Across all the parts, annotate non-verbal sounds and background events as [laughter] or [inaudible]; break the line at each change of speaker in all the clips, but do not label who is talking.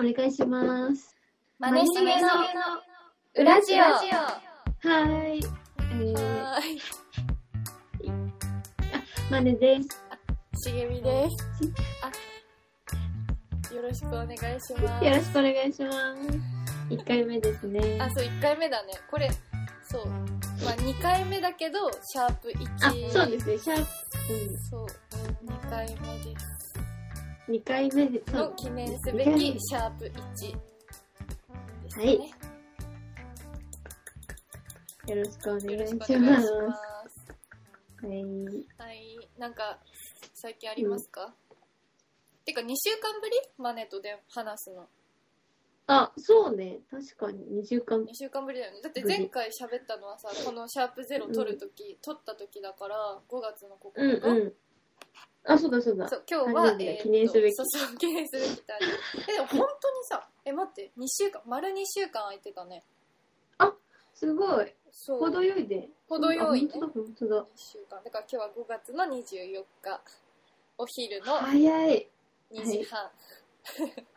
お願いします。
マネしめのウラ
ラ
ジ
ジ
オ
オはい。えー、
はーい
マネです。
しげみですあよろしくお願いします
よろしくお願いします。一回目ですね。
あそう1回目だねこれそうまあ2回目だけどシャープ1
あ、そうですね。シャープ、うん
そう2回目です
二回目で、そ
の
う。
記念すべき
二回
シ
目
ャープ1ですね、
はいよろしくお
よ
願
ろ
い
しく
しま
お
す。
願いします
はい。
はいなんか最近ありますか、てか2週間ぶりマネとで話すの
あ、そうね。確かに二週間
2。週間ぶりだよねだって前回喋ったのはさこの「シャープゼロ撮るとき、撮ったときだから5月の
う
9
ん
日、
うん。あ、そうだそうだ
そ。う今日は
誕生日だ
えーと
記念すべき
そうそう記念すべき誕生日えでも本当にさえ待って2週間丸2週間空いてたね
すごい。
そう
程よいで。
程よいね
あ本当だ、本当だ
2。週間だから今日は5月の24日お昼の
早い。
2時半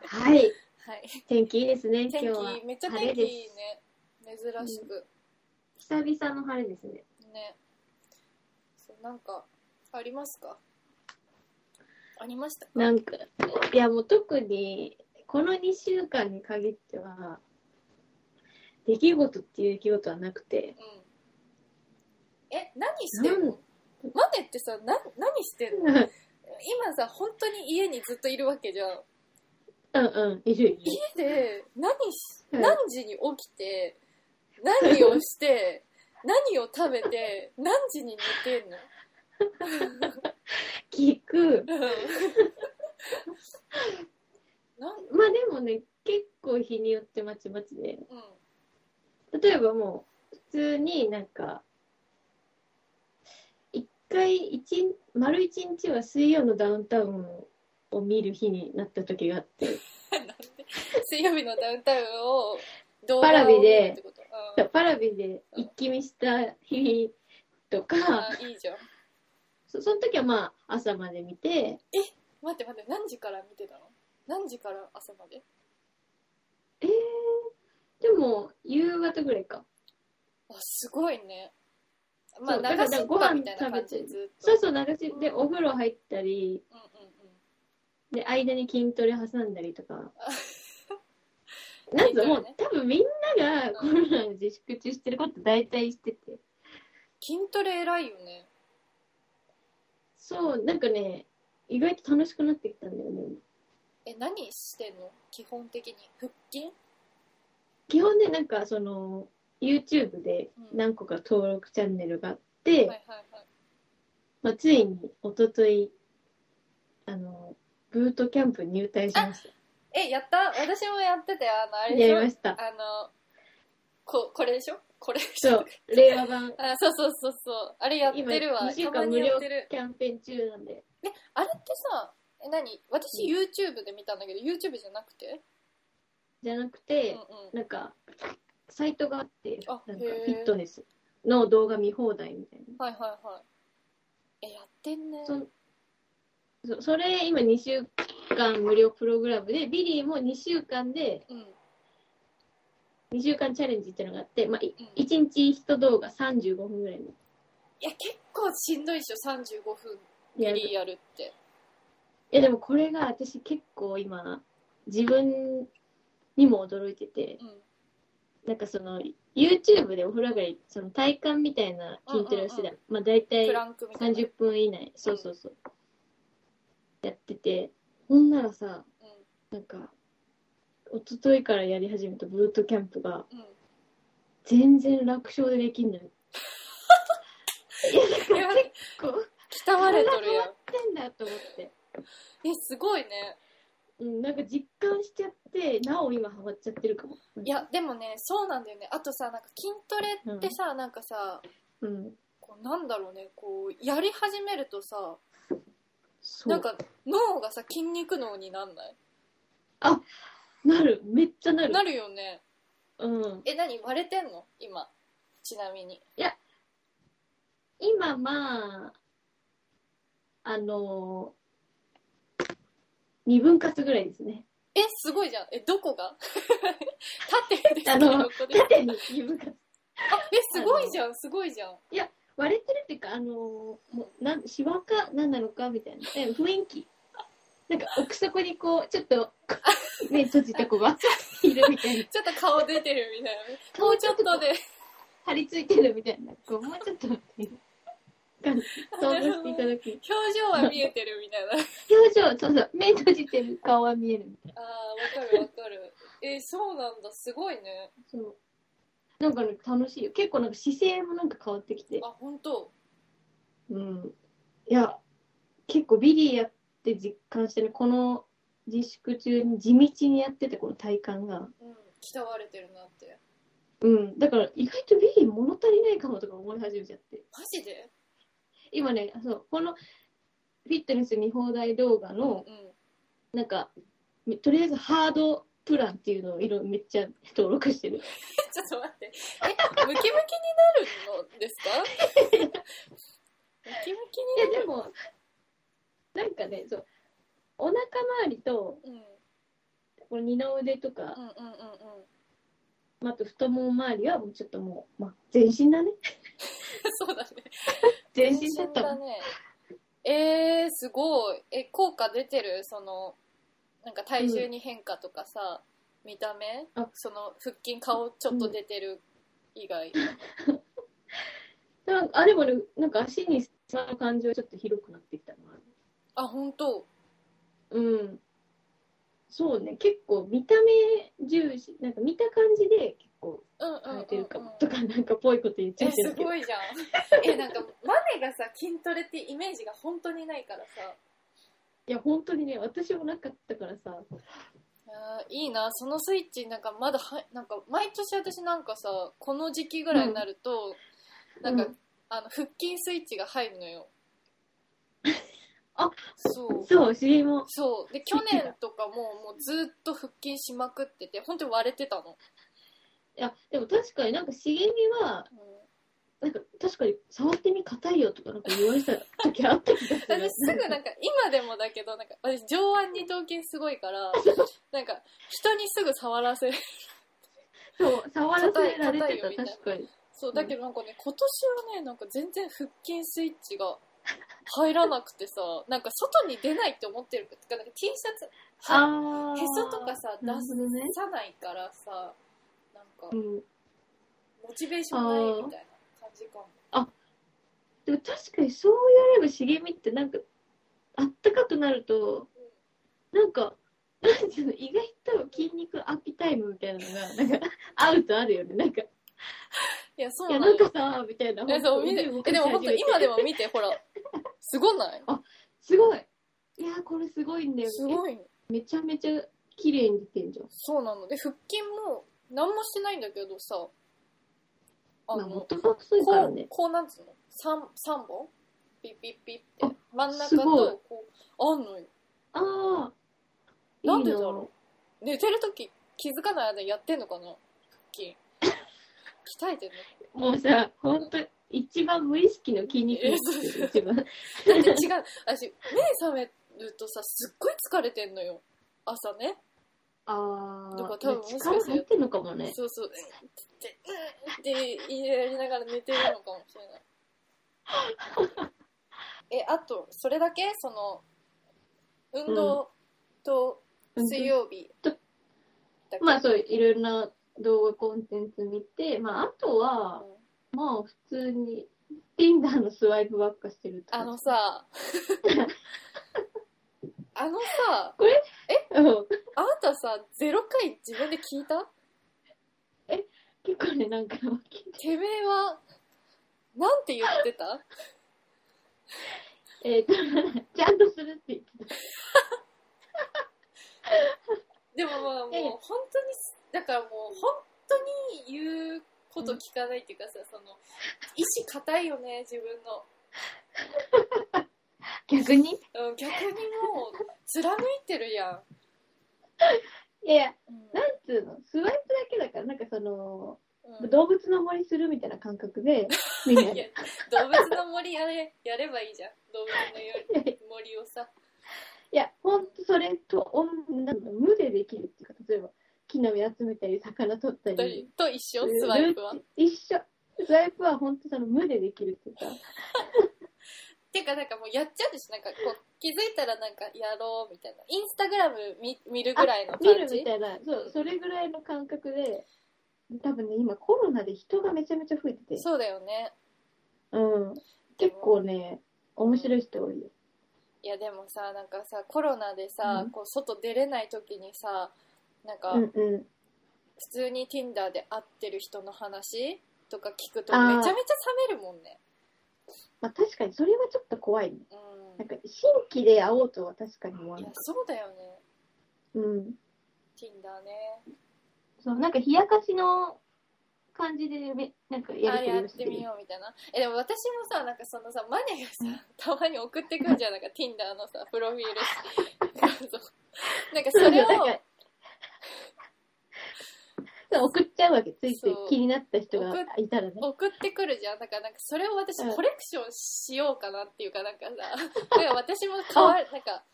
はい、
はい。天気いいですね、今日
天
は。
気めっちゃ
晴
天
れ
気
で
いいね珍しく、
す。久々の晴れですね。
ねそうなんかありますかありましたか
なんか、いやもう特に、この2週間に限っては、出来事っていう出来事はなくて、
うんえ何してんのマネってさな何してんの
うん
今さ本当に家にずっといるわけじゃん
うん、いるいる。
家で何し
うん
何時に起きて何をして
[laughs]
何を食べて何時に寝てんの
聞く。
うんなん
まあでもね、結構日によってまちまちで、
うん
例えばもう、普通になんか、一回、一日丸一日は水曜のダウンタウンを見る日になった時があって、
水曜日のダウンタウンを動
パラビで
見るってこと
パラビで一気見した日とか、
うん、あいいじゃん
そその時はまあ朝まで見て
待って待って何時から見てたの何時から朝まで
えー、でも夕方ぐらいか
あすごいねまあ
そう
流
だから
しっ
ご
ぱ
飯
みたいな感じ
食べて
ずっと
そうそう流しでお風呂入ったり
うんうんうん
で間に筋トレ挟んだりと
[laughs]
かなん
筋トレ
か
ね
もう、多分みんながコロナの自粛中してること大体してて
筋トレ偉いよね
そうなんかね意外と楽しくなってきたんだよね
え何してんの基本的に腹筋
基本ねなんかその YouTube で何個か登録チャンネルがあって、
はいはいはい
まあ、ついに一昨日あのブートキャンプに入隊しまし
えやった私もやっててあのあ
た
れでし
や
ょ
りました
あのここれでしょこれでし
そ
ょ
う令和版
あそうそうそうそうあれやって
今
るわ
2週
たま
間無
にや
料
ってる
キャンペーン中なんで
あれってさえ何私 YouTube で見たんだけど YouTube じゃなくて
じゃなく
うん
て
う、ん
なんかサイトがあって
あ
なんか
へー
フィットネスの動画見放題みたい
はいはいはい。え、やってんね
な。そそそれ今2週間無料プログラムでビリーも2週間で
うん。
2週間チャレンジっていうのがあって、まあ、い
うん
1日1動画35分ぐらい
い
の
や、結構しんどいっしょ、35分
やる
リやるって。
いやでもこれが私結構今自分にも驚いてて
うん。
なんかその YouTube でお風呂上がりその体幹みたいな筋トレをしてた、
う
まあ大体
プランクみたいな。
30分以内そうそうそう、やっててほんならさ
う
なんか一昨日からやり始めたブートキャンプが
ん。うん。
全然楽勝でできんのよいや
[laughs]
だ
いや
から結構や
鍛われとるやん。
ってんだと思って、
え、すごいね。
うん、なんか実感しちゃってなお今ハマっちゃってるかも
いや、でもね、そうなんだよね。あとさ、なんか筋トレってさ、なんかさ、
うん
こうなんだろうね、こう、やり始めるとさ、
そう
なんか脳がさ、筋肉脳になんない
なるめっちゃなる
なるよね。
うん、
え、何割れてんの今。ちなみに。
今まああのー、2分割ぐらいですね
え、すごいじゃん。え、どこが [laughs] 縦ですか
あ
ど
の
こですか
縦に自分が
え、すごいじゃん、すごいじゃん。
割れてるっていうか、あのーもうなんシワか何なのかみたいなえ雰囲気なんか奥底にこうちょっとこう目閉じた子がいるみたいな
ちょっと顔出てるみたいな。もうちょっとで。
張り付いてるみたいなこうもうちょっと
[laughs]
みたいな感じ想像していただき
表情は見えてるみたいな。
表情そうそう目閉じてる顔は見えるみたいな
あー、わかるわかる。え、そうなんだ、すごいね。
そうなんかね楽しいよ結構なんか姿勢もなんか変わってきて
あ、本当。
うんいや結構ビリーやって実感してねこの自粛中に地道にやっててこの体感が
うん、鍛われてるなって。
うんだから意外とビリー物足りないかもとか思い始めちゃって
マジで
今ねあそうこのフィットネス見放題動画の
うん。 [laughs]
なんかみとりあえずハードプランっていうのをいろめっちゃ登録してる
ちょっと待って。え、ムキムキになるの [laughs] ですかムキム
い
キ
や
にな
で
る
もなんかねそうお腹周りと
うん。うん
この二の腕とか、
うんうんうんうん。
あと太もも周りはもうちょっともう、まあ、全身だね
[laughs] そうだね。
全身だったもん
全身だね。えー、すごい。え、効果出てるその、なんか体重に変化とかさ、見た目
あ
その腹筋顔ちょっと出てる以外。
なんかあでもねなんか足に座る感じはちょっと広くなってきたな
あ、本当
うんそうね結構見た目重視なんか見た感じで結構
うんうんうん、
変
う
え
ん。
てるかも、とかなんかぽいこと言っちゃ
え、
って
す
るけど
ごいじゃん。え、なんか、マネがさ、筋トレってイメージが本当にないからさ。
いや本当にね私もなかったからさ
あーいいなそのスイッチなんかまだはなんか毎年私なんかさこの時期ぐらいになると、
うん
なんか、
うん
あの腹筋スイッチが入るのよ
あ
そう
そう知りも
そうで去年とかももうずっと腹筋しまくってて本当に割れてたの、
いやでも確かになんか茂みは
うん、
なんか確かに触ってみ硬いよとかなんか言われた時あった気がす
私
る
すぐなんか今でもだけどなんか私上腕二頭筋すごいからなんか人にすぐ触らせる
そう触らせられ
硬い
て
よみた
た
いな
確かに
そうだけどなんかね、今年はねなんか全然腹筋スイッチが入らなくてさ [laughs] なんか外に出ないって思ってるてかなんか T シャツは
ああ
へそとかさ出
なるほどね
さないからさなんか
うん
モチベーションないみたいな感じかも
でも確かにそうやれば茂みってなんかあったかくなるとなんかなんていうの意外と筋肉アピタイムみたいなのが
[laughs]
なんか合うとあるよねなんか「
いやそう
いや
な
な
の
んかさ」みたいな
えそう見てえでも本当今でも見てほらすご
[laughs]
ない
すごいいやこれすごいんだよ
すごい
めちゃめちゃ綺麗に出てんじゃん
そうなので腹筋も何もしてないんだけどさあ
まあ
の
もともとそういうから
こう
ね
こうなんつうの三三本ピッピッピッ
あ
って真ん中
すごい
とこうあんのよ
ああ
なんでだろ寝てる時気づかない間にやってんのかな腹筋
[laughs]
鍛えてんの
うもうさ本当一番無意識の筋肉
え
です一番
だって違う私目覚めるとさすっごい疲れてんのよ朝ね
[laughs] あ
だから
あ
多分もしかしたら
力入ってんのかもね
そうそうってって言いやりながら寝てるのかもしれないえあとそれだけその運動と水曜日
う
だ
ん
け、うん、
まあそういろいろな動画コンテンツ見て、まああとは、まあ普通に Tinder のスワイプばっかしてるって
あ
感
の
じ。 [laughs]
さあのさ
うん
あなたさ0回自分で聞いた
[laughs] 結構ね、なんか、
てめえはなんて言ってた
えっ、と、 [laughs] ちゃんとするって言ってた。
でもまあもう
ええ
本当にだからもう本当に言うこと聞かないっていうかさ、その意志固いよね自分の、
逆に
うん、逆にもう貫いてるや
いやいや、
ん、うん
なんつうの、スワイプだけだから、なんかその、
うん
動物の森するみたいな感覚で、みんな。
いや
い
動物の森やれやればいいじゃん動物の森をさ
いや、ほんとそれとおんなんか無でできるっていうか、例えば木の実集めたり、魚取った
と
り。
と一緒スワイプは。
一緒。スワイプは本当その無でできるっていうか。
てかなんかもうやっちゃうでしょなんかこう気づいたらなんかやろうみたいなインスタグラム見見るぐらいの
見
感
る
じ
みたいな、そう、それぐらいの感覚で、多分ね、今コロナで人がめちゃめちゃ増えてて、
そうだよね
うん。結構ね、面白い人多いよ。
いやでもさなんかさコロナでさ、
うん
こう外出れない時にさなんか
うんう
普通に Tinder で会ってる人の話とか聞くと
あー
めちゃめちゃ冷めるもんね
ん。まあ確かにそれはちょっと怖いね。
う
なんか新規で会おうとは確かに思わ
んい
な
や
い。
そうだよね
う
Tinder
ん。
ね
そう、なんか冷やかしの感じでめ、なんかや
あれ
り取
や
り
っ
をして
て
る
みようみたいなえでも私もさなんかそのさマネがさたまに送ってくるじゃんなんか Tinder のさプロフィー
[laughs]
ルそうなんかそれを
なんかそう送っちゃうわけ、ついつい
そう
気になった人がいたらね。
送ってくるじゃんだからなんかそれを私
うん
コレクションしようかなっていうかなんか
[laughs]
さなんか私も変わるなんか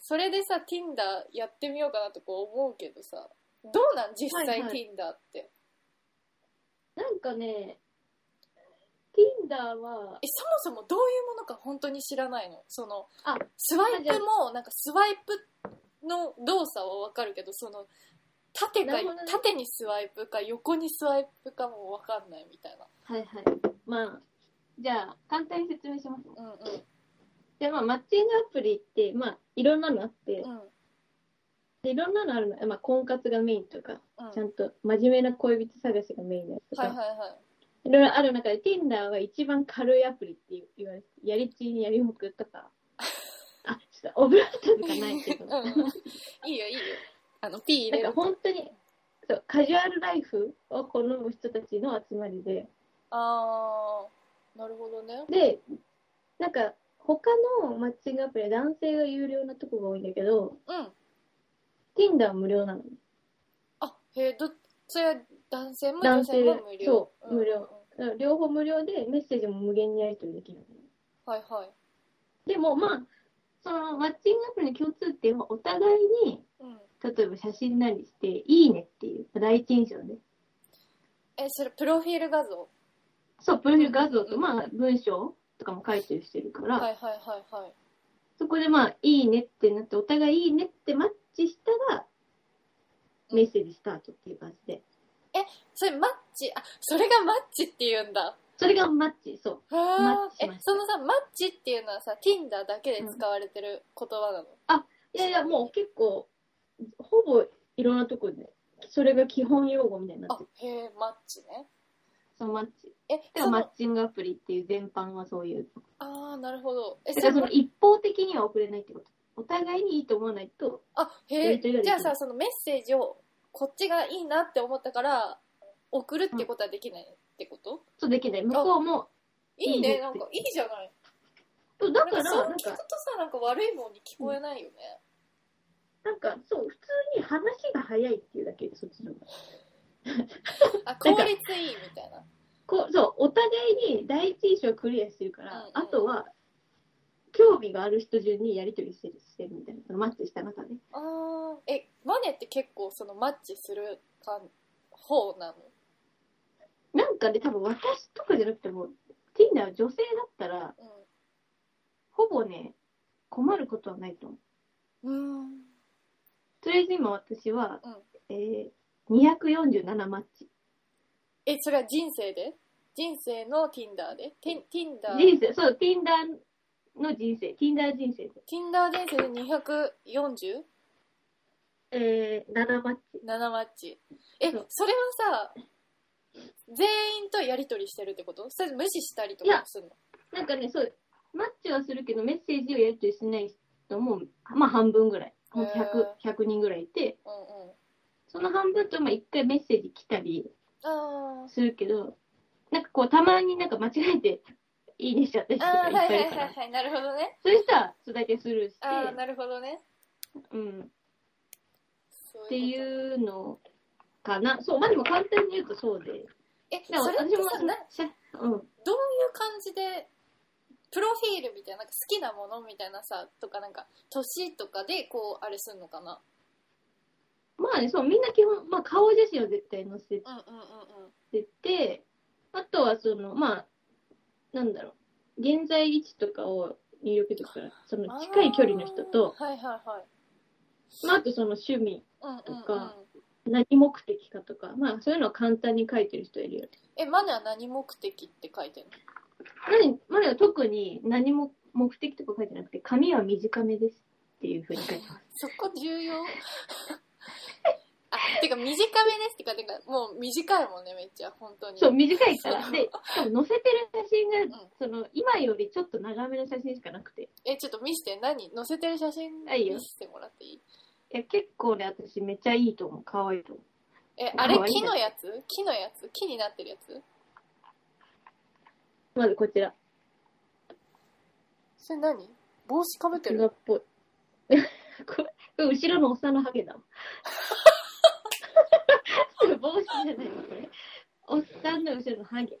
それでさ Tinder やってみようかなとこう思うけどさどうなん実際
はい
Tinder っ
はい
て、
なんかね、Tinder は、
えそもそもどういうものか本当に知らないのその
あ
スワイプもなんかスワイプの動作はわかるけどその縦か
なるほどね
縦にスワイプか横にスワイプかもわかんないみたいな
はいはい。まあ、じゃあ、簡単に説明します。
うんうん
で、まあ、マッチングアプリって、まあ、いろんなのあって、
うん
でいろんなのあるの。まあ、婚活がメインとか、
うん
ちゃんと真面目な恋人探しがメインのやつと
は
か、
いはいはい
いろいろある中で Tinder は一番軽いアプリって言われてやりちにやりもくとかあちょっとオブラートとかないけど
[laughs] う
なん
うんいいよいいよあの P 入れ
ん
る
か本当にそうカジュアルライフを好む人たちの集まりで
あーなるほどね
でなんか他のマッチングアプリは男性が有料なとこが多いんだけど
うん
Tinder は無料なの
あへえどそれは男性も女
男
性
性
も無料
そう無料だから両方無料でメッセージも無限にやり取りできるの
はいはい
でもまあそのマッチングアプリの共通点はお互いに
うん
例えば写真なりして、いいねっていう、第一印象ね。
えそれプロフィール画像
そう、プロフィール画像と、
うん
まあ、文章とかも書いてるしてるから、
はいはいはいはい
そこでまあ、いいねってなって、お互いいいねってマッチしたら、メッセージスタートっていう感じで。
それマッチあそれがマッチって言うんだ
それがマッチ、そう。
マ
マ
ッ
ッ
チ
チ
え
しました
そのさマッチっていうのはさ Tinder だけで使われてる言葉なの、
いやいや、もう結構、ほぼいろんなとこで、それが基本用語みたいになっ
あ
てる。
へえマッチね
そのマッチ。
え
だから
そ
マ
の
ッチングアプリっていう全般はそういう。
ああなるほどえ
だ
そ
からそ
の
の一方的には送れないってこと。お互いにいいと思わないと、
あ
や
へえ
り取りができ
じゃあ
る
さそのメッセージをこっちがいいなって思ったから送るってことはできないってこと、
そうできない。向こうも、
いい
いい
ね
ね
なんかいいじゃない
そうだ
なん
か、
からそう
なん
聞く
か
と、さなんか悪いもんに聞こえないよね、
なんか、そう、普通に話が早いっていうだけで、そっちの方が。
あ効率いいみたいな
こう、そう、お互いに第一印象クリアしてるから、
うんうん
あとは、興味がある人順にやり取りしてるしてるみたいな、そのマッチした中で。
あーえマネって結構そのマッチするかん方なの
なんかね、多分私とかじゃなくても、Tinder は女性だったら、ほぼね、困ることはないと思う。
うんうん
とりあえず今私は、
うん
えー、247マッチ。
えそれは人生で人生の Tinder でティン Tinder
人生、そう、Tinder の人生、Tinder 人生で。
Tinder 人生で
えー、7マッチ。
247マッチえ
そう
それはさ全員とやり取りしてるってことそれ無視したりとかもするの
なんかね、そう、マッチはするけど、メッセージをやり取りしない人も、まあ半分ぐらい。もう100、100人ぐらいいて、
うんうん
その半分と、まあ一回メッセージ来たり
あー
するけど、なんかこう、たまになんか間違えて、いいねしちゃった人と
あー
かいっ
は
ぱ
い
いい
はい
るか
はい
ら。
はいなるほどね
そうしたら、それだけスルーし
ああ
て、
なるほどね
うん、っ
そう
て
いうこ
いうのかな。そう、まあでも簡単に言うとそうで。
とえ
でも
それってさな
私も、しゃうん。
どういう感じでプロフィールみたいななんか好きなものみたいなさとかなんか年とかでこうあれすんのかな
まあね、そう、みんな基本、まあ顔写真は絶対載せ
うんうんうんうん
てて、あとはその、まあ、なんだろう、現在位置とかを入力とか、その近い距離の人と、
あーはいはいはい
まああとその趣味、
うんうん、
と
うん
か、何目的かとか、まあそういうのは簡単に書いてる人いるよね。
えマネは何目的って書いてんの
何、まだ特に何も目的とか書いてなくて、髪は短めですっていうふうに書いてます。
そこ重要 [laughs] あてか短めですってかてかもう短いもんねめっちゃ本当に
そう、短いから。で、しかも載せてる写真が
うん、
その、今よりちょっと長めの写真しかなくて。
えちょっと見せて何載せてる写真
あいいよ
見せてもらっていい
いや、結構ね、私めっちゃいいと思う。可愛いと思う。
えあれ
可愛いね
木のやつ木のやつ木になってるやつ
まずこちら。
それ何帽子かぶって
違う
る
っぽい。 [laughs] これ、これ後ろのおっさんのハ [laughs] ゲだわ。それ帽子じゃないわ、これ。おっさんの後ろのハゲ。 [laughs]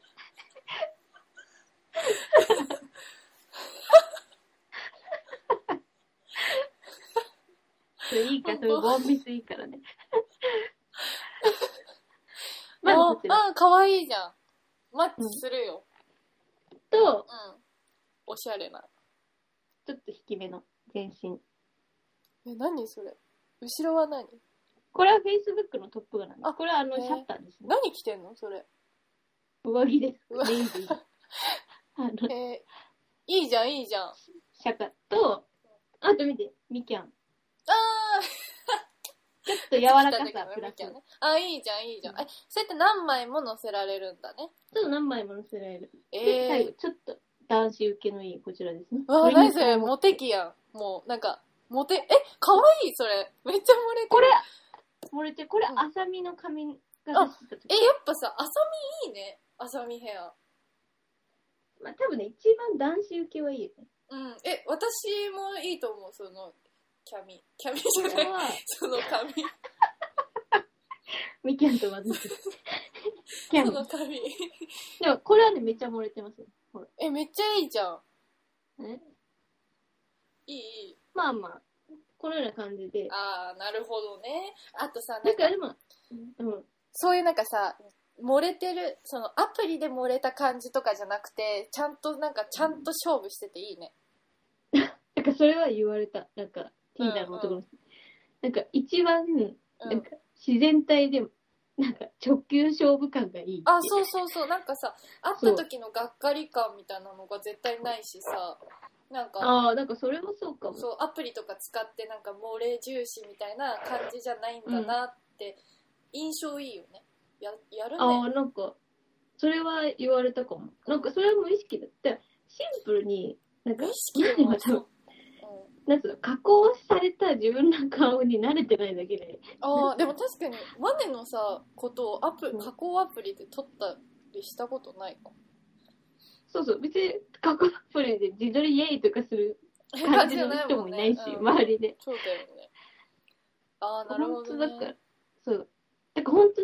それいいか、それボンミスいいからね。 [laughs] まず
あ
こちら
あかわいいじゃんマッチするよ
と、
うん、おしゃれな
ちょっと引き目の全身。
え何それ後ろは何
これは Facebook のトップ画なんです。
あ
これはあの、
へ
シ
ー
ャッターですね。
何着てんのそれ
上着です。
うわ
レイビー。あの、
えー、いいじゃんいいじゃんあ
シャカと、あと見て、みきゃん。
あ
ちょっと柔
[laughs]
らか
来た
さ
時の
プラ
み
ス。
き
ち
ゃ
ょ
んねあいいじゃんいいじゃんえそうやって何枚も載せられるんだね
っと何枚も載せられる。で、
え
最後、
ー、
ちょっと男子受けのいいこちらですね。
うわ何それ
こ
モテ期やんもうなんかモテえかわいいそれめっちゃ漏れてる
これ、漏れて、これ
う、ん
あさみの髪が出してた時
え。やっぱさあさみいいねあさみヘア
まあ多分ね、一番男子受けはいい
[laughs]
よね。
うんえ私もいいと思うそのキャミキャミじゃ
これ
ない
は、
その髪
みきゃんとまず。キャ
そ
ン
の髪
でも、これはね、めっちゃ漏れてますよ。ほら。
えめっちゃいいじゃん
ね
いいいい
まあまあ、このような感じで。
ああなるほどねあとさな
だ
ん
から
か
でも、うん。
そういうなんかさ漏れてるそのアプリで漏れた感じとかじゃなくてちゃんとなんかちゃんと勝負してていいね
なんかそれは言われた。なんか、ティーダーの男の人。なんか一番、
うん
なんか自然体でも、なんか直球勝負感がいいって。
あそうそうそうなんかさ会った時のがっかり感みたいなのが絶対ないしさなんか
あーなんかそれもそうかも。
そうアプリとか使ってなんか漏れ重視みたいな感じじゃないんだなって印象いいよねややる
あ
ね
あ、なんか、それは言われたかも。なんかそれは無意識だって、シンプルに、なんか
無意、識でもそう、
なんつうの、加工された自分の顔に慣れてないだけ
う
で、
ん、あーでも確かにマネのさことをアプ
うん
加工アプリで撮ったりしたことないかも
そうそう、別に加工プレイで自撮りイエイとかする感じの人もいないし、
うん
周りで。
そうだよねああなるほ
本
ど、
当
ね、
だから、そう。だから本当、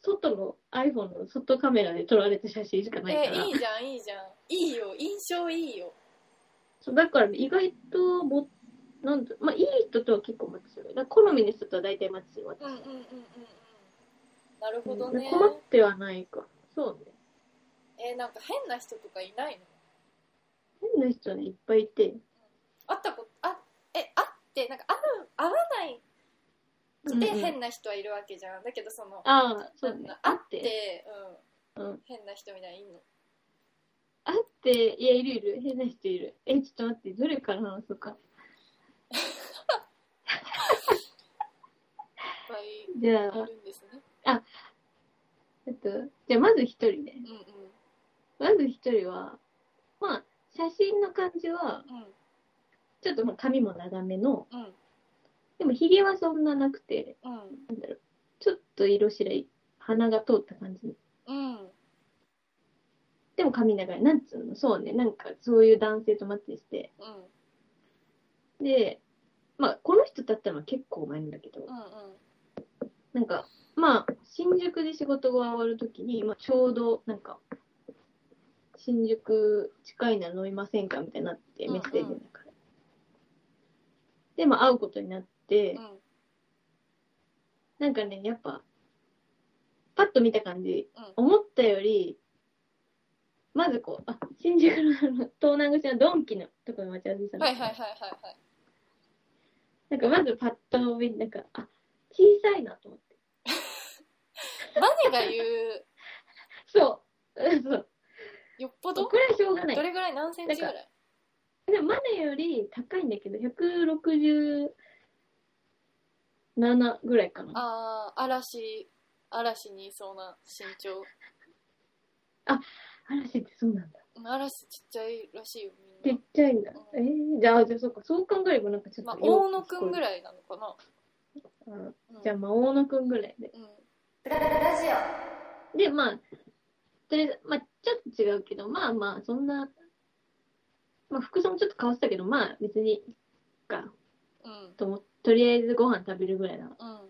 外の iPhone の外カメラで撮られた写真しかないから。
えいいじゃんいいじゃんいいよ印象いいよ
そうだから、ね、意外とも、なんだ、まあ、いい人とは結構マッチする。だから好みの人とは大体マッチする。
うんうんうんうんうんなるほど
う
ね
ん困ってはないか。そうね。
えーなんか変な人とかいないの
変な人ね、いっぱいいて。
会ったことあえ会ってなんか会う会わない
うん
で
うん
変な人はいるわけじゃん、だけどその
ああ、そうね
なん。
あ
か
って。
会って、うん
うん
変な人みたいにいんの
あって、いや、いるいる。変な人いる。え、ちょっと待って、どれから話そうか。
いっぱい
じゃ
い
あ、
るんですね
えっと、じゃあ、まず一人ね。
うん
まず一人は、まあ、写真の感じは、
うん
ちょっとまあ髪も長めの、
うんうん
でもひげはそんななくて、
うん
なんだろう、ちょっと色白い、鼻が通った感じ。
うん
でも髪長い。なんつうの、そうね、なんかそういう男性とマッチして。
うんうん
で、まあ、この人だったのは結構前なんだけど、
うん
なんか、まあ、新宿で仕事が終わるときに、まあ、ちょうど、なんか、新宿近いな飲みませんかみたいになって、
うんうん
メッセージの中で。で、まあ会うことになって、
うん
なんかね、やっぱ、パッと見た感じ、
うん
思ったより、まずこう、あ、新宿のあの東南口のドンキのとこに待ち合わせしたんで
は
す
い
け
はい
ど
はいはいはい
なんかまずパッと見、なんか、あ、小さいなと思って。
バネが言う
そう。 [laughs] そう。
よっぽど
これはしょうがない
ど。れぐらい何センチぐらい
でもマネより高いんだけど、167ぐらいかな。
ああ嵐嵐にいそうな身長
嵐ってそうなんだ。
嵐ちっちゃいらしいよみ
ち
ん
っ
な、
ちゃいんだ。
う
えー、じゃあ、じゃあそうか、そう考えればなんかちょっと
まあ、
よ
大野くんぐらいなのかな、
うん
うん、
じゃあ、まあ、大野くんぐらいで。
うん、うん
で、まあ、とりあえず、まあ、ちょっと違うけど、まあまあ、そんな、まあ、服装もちょっと変わってたけど、まあ、別に、いっか、
うん
とも、とりあえずご飯食べるぐらいなの。
うん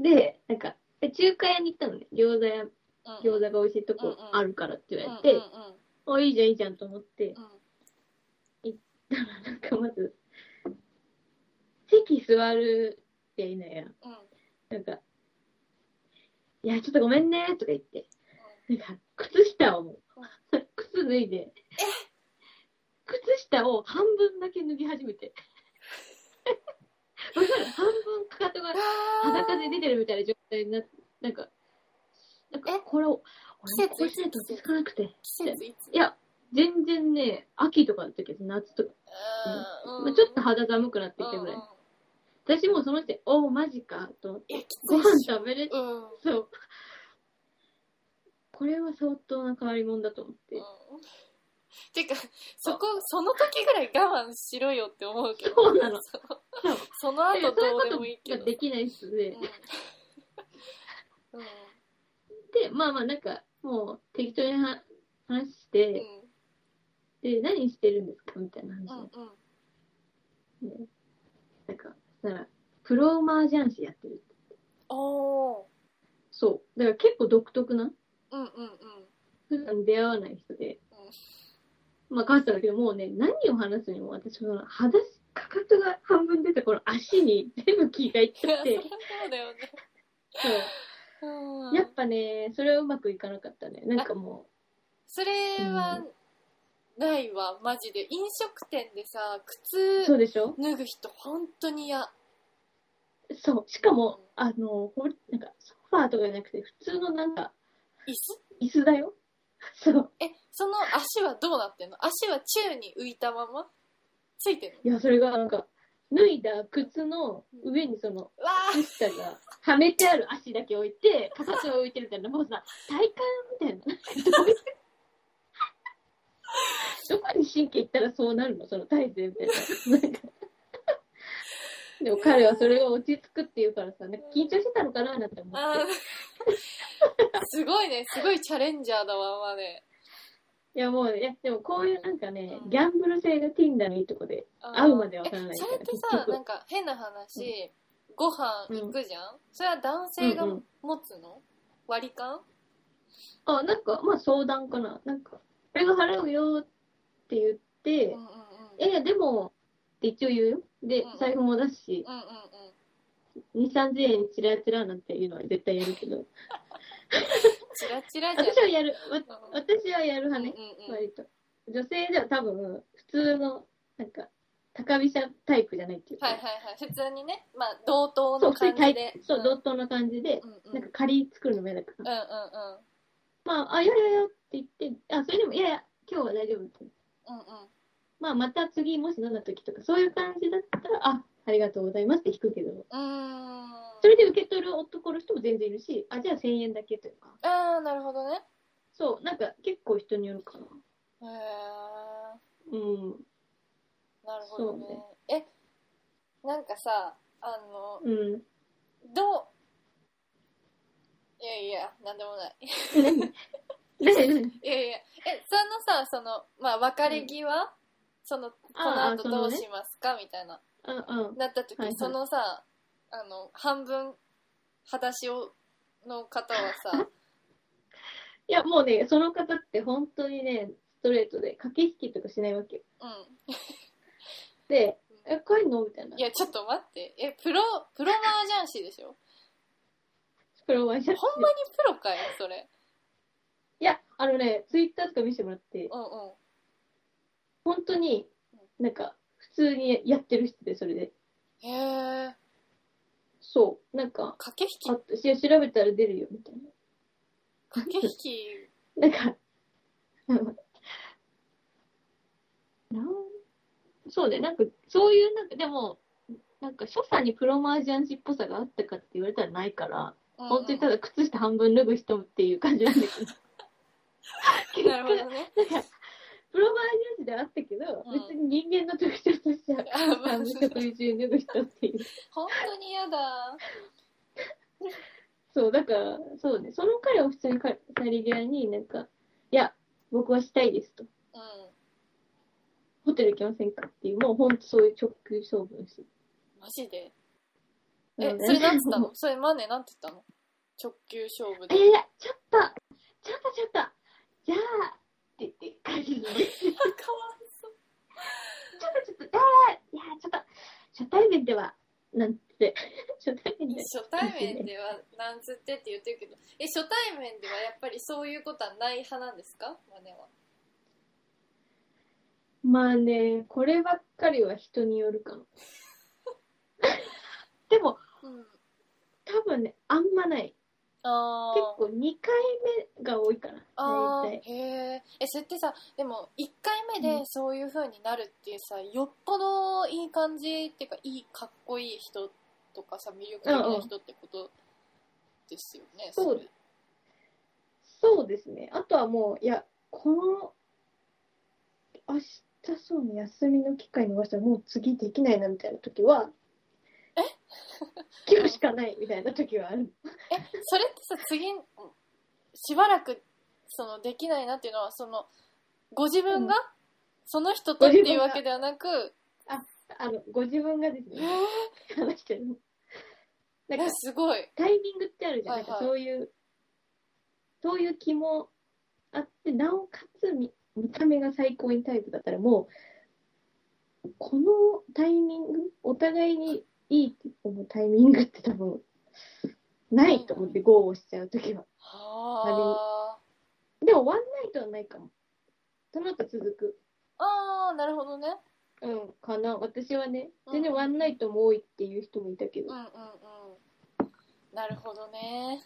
で、なんか、え中華屋に行ったのね。餃子屋、
うん
餃子が美味しいとこあるからって言われて、
うんうん
お、いいじゃん、いいじゃんと思って、
うん
なんかまず、席座るっていいのや。
うんうん
なんか、いや、ちょっとごめんね、とか言って、なんか、靴下をもう、 [laughs] 靴脱いで、靴下を半分だけ脱ぎ始めて。 [laughs] わかる半分かかとが裸で出てるみたいな状態になって、なんか、なんか
え
これを、
季
俺
節
こうしないと落ち着かなくて。
季節いつ
いや、全然ね、秋とかの時は夏とか、
うん
まあ、ちょっと肌寒くなってきたぐらい。
うんうん
私もうその時点、おお、マジか、と思って。
いやきつい
ご
っ
飯
しょ
食べれ
うんうん
そう。これは相当な変わり者だと思って。
てかそこその時ぐらい我慢しろよって思うけど
そうなの
そう
そう
その後
だからそういう
どうで
こと
もいいけど
ができないっすね。
うんうん
で、まあまあなんか、もう適当には話して、で、何してるんですかみたいな話、
うんうんうん
ねなんか、そしたら、プロマージャン師やってる。
おー
そう。だから結構独特な、
うんうんうん
普段出会わない人で、まあ変わったんだけど、もうね、何を話すにも私、その、裸足、かかとが半分出たこの足に全部気がいっ
い
ち
や
ゃっ
そり
て
ゃ、そうだよね
そう。
うん
やっぱね、それはうまくいかなかったね。なんかも
それはないわマジで飲食店でさ靴
う、そうでしょ
脱ぐ人本当に嫌
そう。しかも、あの、ほなんか、ソファーとかじゃなくて、普通のなんか、
椅子
椅子だよ。そう。
えその足はどうなってんの足は宙に浮いたままついてんの
いや、それがなんか、脱いだ靴の上にその、
うわー
靴下が、はめてある足だけ置いて、かかとを置いてるみたいな、もうさ、体幹みたいな。どういうどこに神経いったらそうなるのその体勢みたいな。なんかでも彼はそれが落ち着くっていうからさ、なんか緊張してたのかななんて思
あ
っ
ー [laughs] すごいねすごいチャレンジャーだわまあね
て。いやもう、いや、でもこういうなんかね
う、ん
ギャンブル性が Tinder のいいとこで。
あー
会うまでわからな
え
いか
そ
ら
れって
結
さ
局
なんか変な話、ご飯行くじゃん、それは男性が
うんうん
持つの、割り勘
あ、なんか、まあ相談かな。なんか、俺が払うよって言って、
うんうんうん
いやいや、でも、って一応言うよ。で
うん、
財布も出すし、
うんうんうん
2、3000円チラチラなんていうのは絶対やるけど、
チラチラじゃん
私はやる、わ
うん
私はや
う
る
ん
派
うん
ね、
うん
割と。女性では多分、普通の、なんか、高飛車タイプじゃないっていうか、
はいはいはい普通にねまあ同等
そう、
の
普
感
通にタ
じ
イ
で
プ、そう、同
ん
等な感じで、
うんうん
なんか仮作るのも嫌だから、
う
まあ、あ、やるやるやるって言って、あ、それでも、いやいや、今日は大丈夫って。
んうんうんうんうん
まあ、また次、もし飲んだ時とか、そういう感じだったら、あ、ありがとうございますって引くけど、
うーん
それで受け取る男の人も全然いるし、あ、じゃあ1000円だけというか。
ああなるほどね
そう、なんか結構人によるかな。
へえ
うん。
なるほどね
そう
えなんかさあの
うん。
どういやいやなんでも [laughs] ないいやいやえそのさそのまあ別れ際、そのこの
あー
後
そ
ど
の
う
ね
しますか、みたいな
うんうん。
なった時、
はいはい
そのさあ [laughs] の半分裸足をの方はさ
いや、もうね、その方って本当にね、ストレートで、駆け引きとかしないわけよ。
う。
で、え、帰んのみたいなん
い。や、ちょっと待って。え、プロ、プロ麻雀師でしょ
プロワイシャツ
ほんまにプロかよ、それ。
いや、あのね、ツイッターとか見せてもらって、
うんうん。
本当に、なんか、普通にやってる人で、それで。
へえ。
そう。なんか、
駆け引
あ
き、
私が調べたら出るよ、みたい
駆け引き、
な。なんか、あのなんそうね、なんか、そういう、なんか、でも、なんか、所作にプロマージャン師っぽさがあったかって言われたらないか
う
ら、
んうん
本当にただ靴下半分脱ぐ人っていう感じなんだけど。
[laughs]
結
なるほ
果、
どね。
プロマージャン師ではあったけど、
うん
別に人間の特徴としては、
あまあ
半分食事中脱ぐ人っていう。
[laughs] 本当に嫌だ。
そう、だから、そうね、その彼は普通にか去り際になんか、いや、僕はしたいですと。
うん。
ホテル行きませんかっていう、もうほんとそういう直球勝負の人。
マジで。
な
え、
ので
それなんつったの [laughs] それマネなんつったの直球勝負
[laughs] え
で。
ー、ちょっと、ちょっとちょっと、じゃあ、って言って帰るので、ちょっ
かわいそう。
とちょっと、あー、いや、ちょっと、初対面では、なんて、 [laughs] 初対面で。
初対面ではなんつってって言ってるけど、え、初対面ではやっぱりそういうことはない派なんですかマネは。
まあね、こればっかりは人によるかも。でも、
うん。
多分ね、あんまない。
あ
結構2回目が多いかな、
あ
大
ー
体。
へーえそれってさでも1回目でそういう風になるっていうさ、よっぽどいい感じっていうかいいかっこいい人とかさ魅力的な人ってことですよね、
そう
れ
そうですね。あとはもう、いや、この、明日そうね、休みの機会逃したらもう次できないなみたいな時は、え今日しかないみたいな時はある。
えそれってさ次しばらくそのできないなっていうのはそのご自分が、
う
その人とっていうわけではなく
あの、ご自分がです
え
ね、話してるの。なん
ー
か、
すごい
タイミングってあるじゃないですか、
はい
そういう、そういう気もあって、なおかつ見見た目が最高にタイプだったら、もう、このタイミング、お互いにいいって思うタイミングって多分、ないと思って、ゴーをしちゃうときは。
はー
でも、ワンナイトはないかも。その後続く。
あーなるほどね
うん、かな。私はね、
うん
全然ワンナイトも多いっていう人もいたけ
う
ど
ん。うんうんなるほどね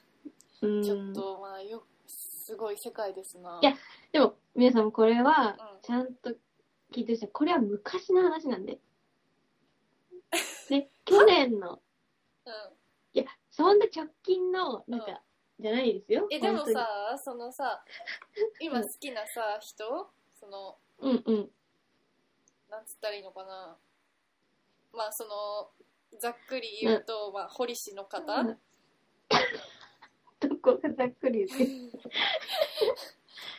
うん
ちょっと、まあ、よ、すごい世界ですな。
いやでも、皆さんもこれは
うん、
ちゃんと聞いてる人、これは昔の話
[laughs]
なんで。ね、去年の、
うん。
いや、そんな直近の、なんか、じゃないですよ。
え、でも
本
さ、そのさ、今好きなさ、人その、
当に、うんうん。
なんつったらいいのかな。まあ、その、ざっくり言うと、まあ、堀氏の方、
うん [laughs] どこがざっくり言って。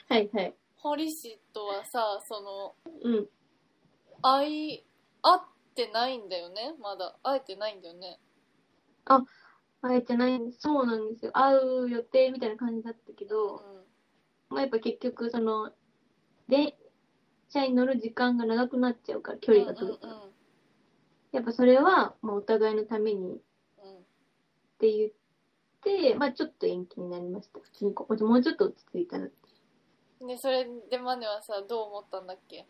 はいはい。
堀氏とはさ、その、
うん。
会い、会ってないんだよねまだ。会えてないんだよね。
会えてないんですそうなんですよ。会う予定みたいな感じだったけ
うん
ど、。まあやっぱ結局、その、電車に乗る時間が長くなっちゃうから、距離が
うん
取
うん
るから。やっぱそれは、まあお互いのために
うん。うん
って言って、まあちょっと延期になりました。普通にこもうちょっと落ち着いたら。
で、それでマネはさ、どう思ったんだっけ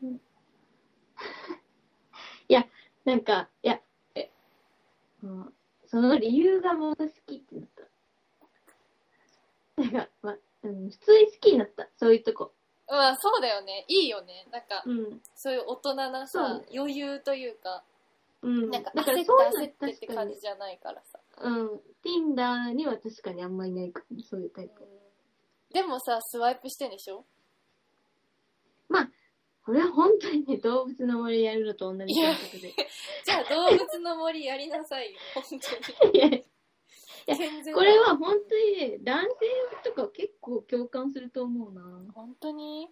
なんか、いや、え、うん、その理由がもう好きってなった。なんか、まあ、うん、普通に好きになった。そういうとこ。
まあ、そうだよね。いいよね。なんか、
うん。
そういう大人な
そう
さ、余裕というか、
うん。
なんか焦
だから
っ
そう
た
い
焦
う
ってって
のは
感じじゃないからさ。
うん。Tinder には確かにあんまりないかも、そういうタ
う
イ
ん
プ。
でもさ、スワイプしてんでしょ
これは本当にね、動物の森やるのと同じ感覚で。
[laughs] じゃあ動物の森やりなさいよ、本当
いやいや
に。全然
や、これは本当にね、男性とか結構共感すると思うな。
本当に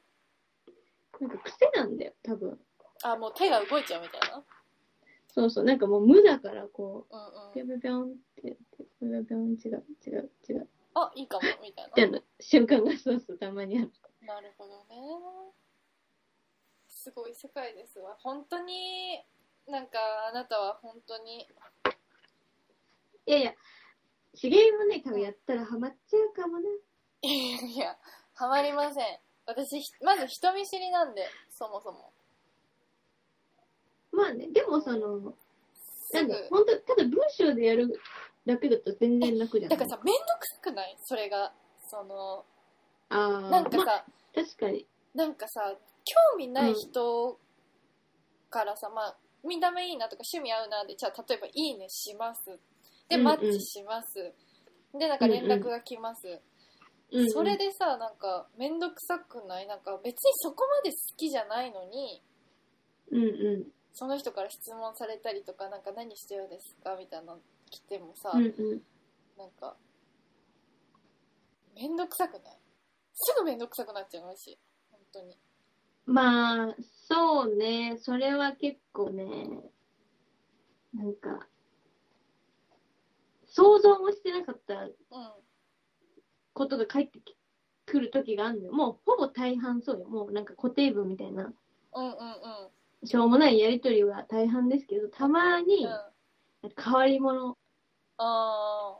なんか癖なんだよ、多分。
あ、もう手が動いちゃうみたいな。
そうそう、なんかもう無だから、こう、
うん
ぴ
うん。
ょんぴょんぴょんってやって、ぴょんぴょんぴょん違う、違う、違う。
あいいかもみたいな
みたいな瞬間がそうそうたまにある。
なるほどね。すごい世界ですわ。本当に、なんかあなたは本当に、
いやいや、しげりもね、多分やったらハマっちゃうかもな。
いやいや、ハマりません。私、ひまず人見知りなんで、そもそも。
まあね、でもその、な
す
ん
ぐ
だ、本当ただ文章でやるだけだと全然楽じゃな
だ
い。
からさ、めんどくさくないそれが。その、
ああ、
なんかさ、
まあ、確かに。
なんかさ、興味ない人からさ、まあ、見た目いいなとか趣味合うなで、じゃあ例えばいいねします。で、
うんうん
マッチします。で、なんか連絡が来ます。
うん、
それでさ、なんか、めんどくさくないなんか、別にそこまで好きじゃないのに、
うんうん。
その人から質問されたりとか、なんか、何してるんですかみたいなの来てもさ、
うんうん。
なんか、めんどくさくないすぐめんどくさくなっちゃうのし、本当に。
まあ、そうね、それは結構ね、なんか、想像もしてなかった
うん。
ことが返ってきくる時があるのよ。もうほぼ大半そうよ。もうなんか固定文みたいな、
うんうんうん。
しょうもないやりとりは大半ですけど、たまに
うん。あ
変わり者、
あ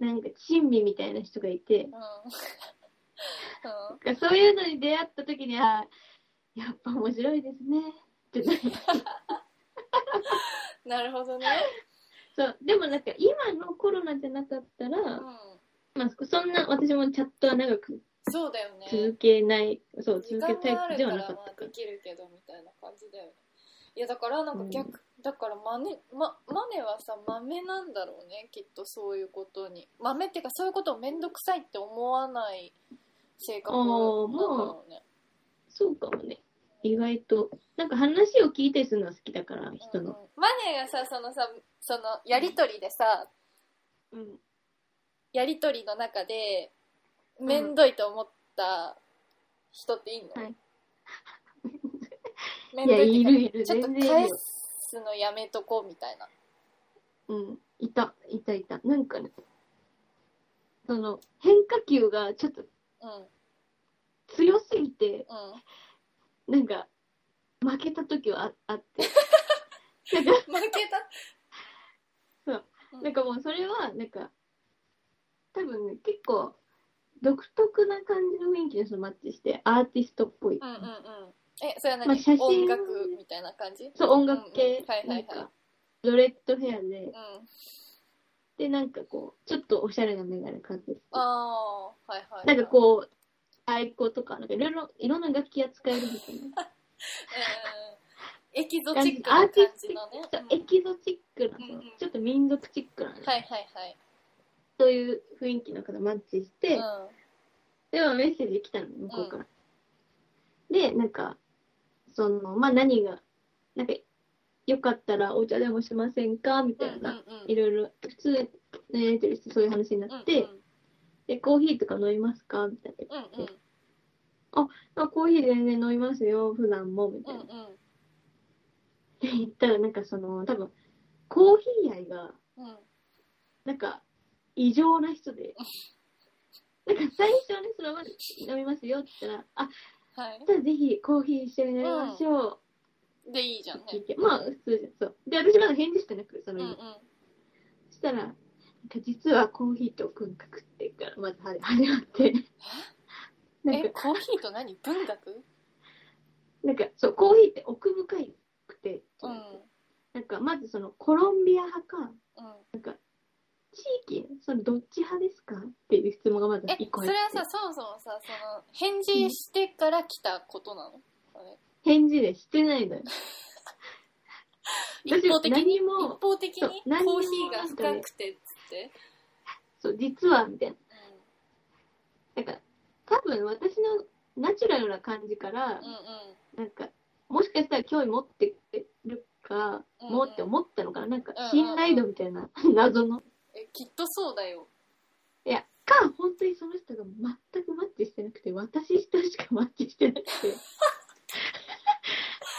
なんか珍味みたいな人がいて
ー。、うん。
なんかそういうのに出会った時に、あーやっぱ面白いですね。ってなる
うん。なるほどね。
そう。でもなんか今のコロナじゃなかったら、
うん。
まあ、そんな私もチャットは長く
そうだよね。
続けない、そう、
時
続
間
け
が
タ
あ
イプ
る
で
か
は
ら
な
ま
かった
あ
か
で
ら。
きるけどみたいな感じだよねいやだからなんか逆、だからマネまマネはさマメなんだろうねきっとそういうことにマメっていうかそういうことを面倒くさいって思わない性格なんだろうね
そうかもね。意外と。なんか話を聞いてするのは好きだから、人
うんうん
の。
マネがさそのさそのやりとりでさ
うん。
やりとりの中で面倒いと思った人っていんの、
はい
[laughs] めんどってか
いや、いうるいる、
ちょっ
全
と
然い
返
るよ。
すのやめとこうみたいな
うん。いた、いた、いた。なんかね、その、変化球がちょっと
うん
強すぎて、
うん
なんか、負けた時は
[laughs]
ああって。
負けた
そうなんかもうそれは、なんか、多分ね、結構、独特な感じの雰囲気の人とマッチして、アーティストっぽい。
うんうんうんえそれは何、
まあ写真
音楽みたいな感じ
そう、音楽
う
系
んうんは。いは
ないん
はい
か、ドレッドヘアで
う、ん
で、なんかこう、ちょっとおしゃれなメガネかけて、
ああはいはいはい、
なんかこう、アイコとか、なんかいろいろ、いろんな楽器扱えるみたいな。
うん、エキゾチックな感じのね
そう
う
エ
ん
キゾチックな、
うんうん
ちょっと民族チックな、ね
はいはいはい
そういう雰囲気の方マッチして、でもメッセージ来たの、向こうから。で、なんか、その、まあ、何が、なんか、よかったらお茶でもしませんかみた
うん
いな、
うんうん
いろいろ、普通、ね、やりとりしてそういう話になって、
うん
で、コーヒーとか飲みますかみたいな。
うんうん
あ、コーヒー全然飲みますよ、普段も、みた
う
い
んう
な。っ
んうん
て [laughs] 言ったら、なんかその、多分、コーヒー愛が、
うんうん
なんか、異常な
[laughs]
人で。なんか最初はね、そのまま飲みますよって言ったら、あ、
はい
じゃあぜひコーヒー一緒に飲みましょう。
でいいじゃんね
聞いて、まあ普通じゃん、そう。で、私まだ返事してなくて、そ
うん
の
う
日、
ん
そしたら、なんか実はコーヒーと文学っていうから、まずは始まって。なん
[laughs] え
か、
コーヒーと何文学
なんか、そう、コーヒーって奥深いくて、
うん
なんか、まずその、コロンビア派か、
うん
地域、その、どっち派ですかっていう質問がまず
え
一個
そ
入
れ
って
はさそもそもさその返事してから来たことなの、それ
返事でしてないのよ。
一方的に
何
一
も、
方的に
そう何に
コ
も
ーヒーが深くてっつって、
そう、実は、みたいな。なんか、多分私のナチュラルな感じから、
うん、うん
なんか、もしかしたら興味持ってくれるか
うんうん
もって思ったのかな、なんか
うんうん、
信頼度みたいな、 [laughs] 謎の。
えきっとそうだよ
いや、か、本当にその人が全くマッチしてなくて、私一人しかマッチして
[laughs]
なくて。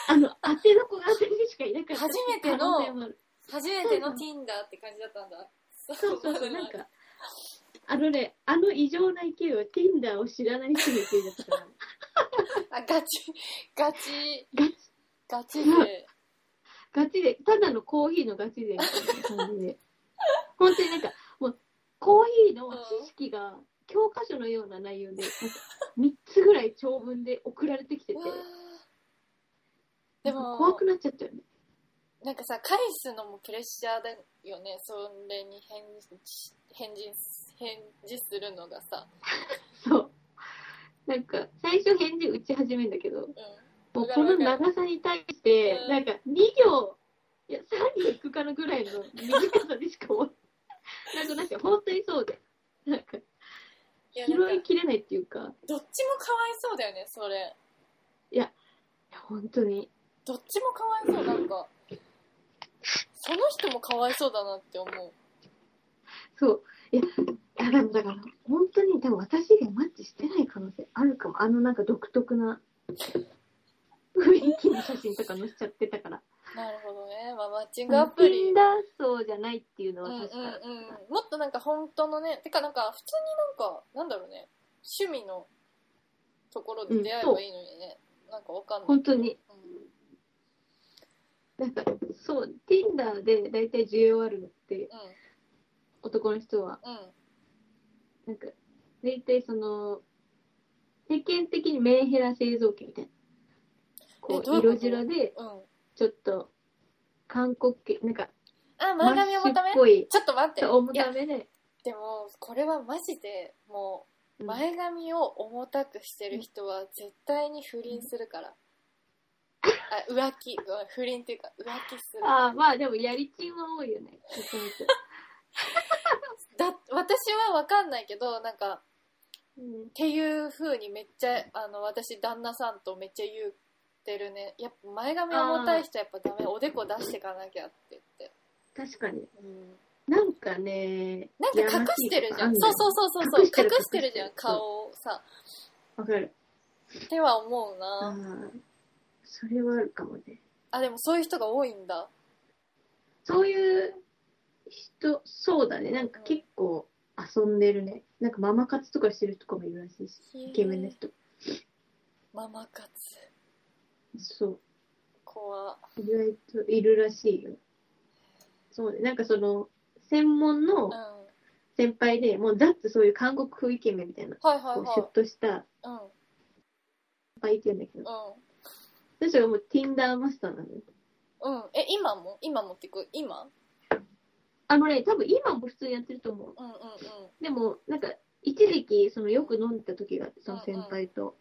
あの、当ての子が私しかいなかった。
初めての
可能性もある
初めての
そう
Tinder って感じだったんだ
そうそうそう、なんか、あのね、あの異常な勢いは Tinder を知らない人の勢いだったから。
[laughs] あ、ガチ、ガチ、
ガチ、
ガチで。
ガチで、ただのコーヒーのガチで、みたいな感じで。本当になんか、もう、コーヒーの知識が、教科書のような内容で、3つぐらい長文で送られてきてて
うわ、ーで
なん
も
か、怖くなっちゃったよね。
なんかさ返すのもプレッシャーだよねそれに返事返事返事するのがさ、
そう。なんか、最初返事打ち始めるんだけど
う、ん、
もうこの長さに対して
う、ん
なんか2行、いや、3行いくかなぐらいの短さでしか終わら [laughs] なんかなんか本当にそうで。なんか、
いやな
拾
ん
い
か
きれないっていうか、
どっちもかわいそうだよねそれ
いや、本当に。
どっちもかわいそうなんかその人もかわいそうだなって思う
そう。いや、だから、だから、本当に、多分私がマッチしてない可能性あるかも。あのなんか独特な雰囲気の写真とか載せちゃってたから。
なるほどね、まあ、マッチングアプリ
Tinder 層じゃないっていうの
う
は
んうんうん
確か。
もっとなんか本当のねてかなんか普通になんかなんだろうね趣味のところで出会えばいいのにね、なんかわかんない
本当に。
うん
なんか、そう、Tinder で大体需要あるのって、
うん
男の人は、
うん
なんか、大体その、世間的にメンヘラ製造機みたいな。こ
えどう
う、
いうこと
色白で、
うん
ちょっと、韓国系、なんか、
あ
マ
前
ッシ
髪重た
ュ
め
っぽい、
ちょっと待って
そう重
いや
ためで、
でもこれはマジでもう
うん
前髪を重たくしてる人は絶対に不倫するから、あ浮気うん不倫っていうか浮気する
ああ、まあでも、やりちんは多いよね。めちゃめちゃ
だ私は分かんないけどなんか
うん
っていう風にめっちゃあの私旦那さんとめっちゃ言ってるねやっぱ前髪重たい人はやっぱダメおでこ出してかなきゃって言って、
確かに。
うん
なんかね、
なんか隠してるじゃん
いやらしいことあの
そうそうそうそうそう
隠して
隠
る
してるじゃん
隠してる
顔をさ
わかる。
っては思うな、
ああ、それはあるかもね。
あでもそういう人が多いんだ
そういう人、そうだね。なんか結構遊んでるね。なんかママ活とかしてる人とかもいるらしいし、イケメンの人。
ママ活
そ
怖
う。意外といるらしいよ。そうね。なんかその、専門
うん
の
は
先輩で、もうザッツそういう韓国風イケメンみたいな、
いはい
こうシュ
は
ッとした
いうんうん
先輩いてるんだけど、私はもう Tinder マスターなのよ。
うんえ今も今もってく今
あのね、多分今も普通にやってると思う。
うんうんうんうん
でも、なんか、一時期、そのよく飲んでた時があって、その先輩と。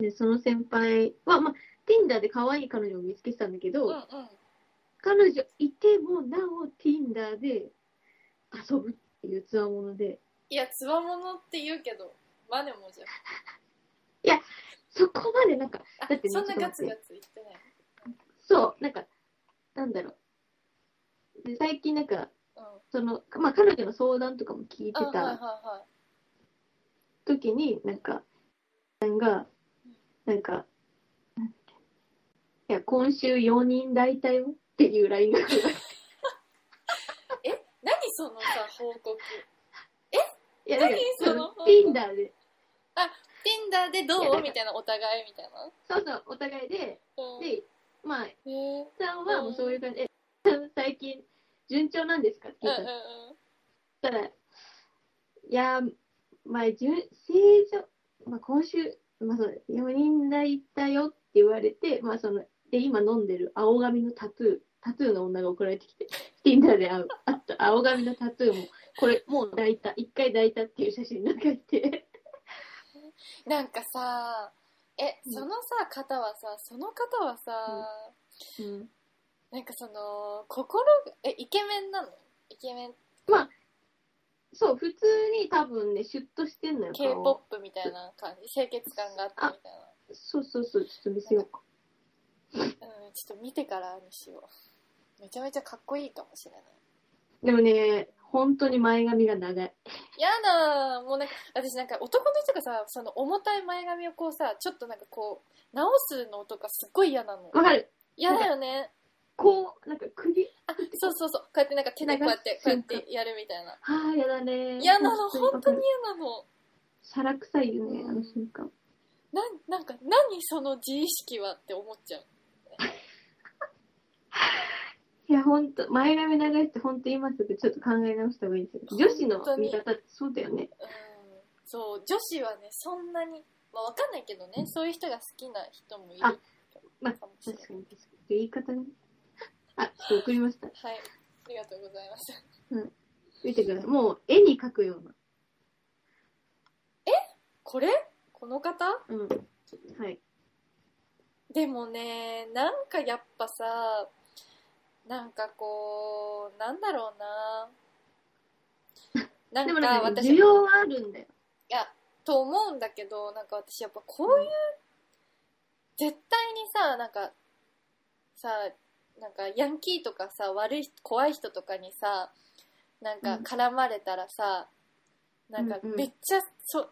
で、その先輩は、まあ、Tinder で可愛い彼女を見つけてたんだけど、
うんうん
彼女いてもなお Tinder で遊ぶっていうつわもので、
いやつわものって言うけどマネもじゃん
そこまでなんか、
あ
だってね
そんな
ちょっと
ガ
待
ツ
って
ガツ言ってない
そう、なんか、なんだろう。で、最近なんか、
うん
その、まあ、彼女の相談とかも聞いて
うんはいはい
た
は
時に、なんか、なんか、なんか、いや、今週4人抱いたよっていう LINE が来る。
い何そのさ報告
いや、なんか
何その
その Tinder で、
Tinder でど
いやだか
う
ら
みたいなお互いみたいな
そうそう、お互いで、
うん
で、まあ、
へえ
さんはもうそういう感じで、え最近、順調なんですかって
うん
言
う
っ
ん
た
うん
ら、いやー、まあ、順正常、まあ、今週、まあ、そう4人だいたよって言われて、まあ、その、で、今飲んでる青髪のタトゥー、タトゥーの女が送られてきて、Tinder で会う、あった青髪のタトゥーも、これ、もう抱いた、一回抱いたっていう写真なんかいて、
なんかさえ
うん
そのさ方はさその方はさ、
うん、
なんかその心がえイケメンなのイケメン
そう、普通に多分ね、シュッとしてんのよ、
k p
顔
o p みたいな感じ清潔感があってみ
そうそうそう、ちょっと見せようか。
たいな、うん、ちょっと見てからにしようめちゃめちゃかっこいいかもしれない
でもね、本当に前髪が長い。
やだーもうなんか私なんか男の人がさその重たい前髪をこうさちょっとなんかこう直すのとかすっごい嫌なの
わかる
嫌だよね
こう、なんか首、
あそうそうそうこうやってなんか手でこうやってこうやってやるみたいな
ああ、やだね。
嫌なの本当に
わかる。
嫌なの
しゃらくさいよね、あの瞬間。
なんなんか何その自意識はって思っちゃう
いや、ほんと、前髪長いってほんと今すぐちょっと考え直した方がいいですよ。女子の見方ってそうだよね。
うんそう女子はねそんなにまあわかんないけどねそういう人が好きな人もいる
あまあ
かもしれ
確
ない
かに確かに。言い方ね。あ、ちょっと送りました。
はいありがとうございました
見てください。もう絵に描くような。
これこの方
うん。はい。
でもねなんかやっぱさなんかこうなんだ
[laughs]
ろうなな
でも
んか
なんか、ね、
私
需要はあるんだよ。
いやと思うんだけどなんか私やっぱこういう、絶対にさなんかさなんかヤンキーとかさ悪い人怖い人とかにさなんか
うん
絡まれたらさ、なんか
うんうん
めっちゃ、そ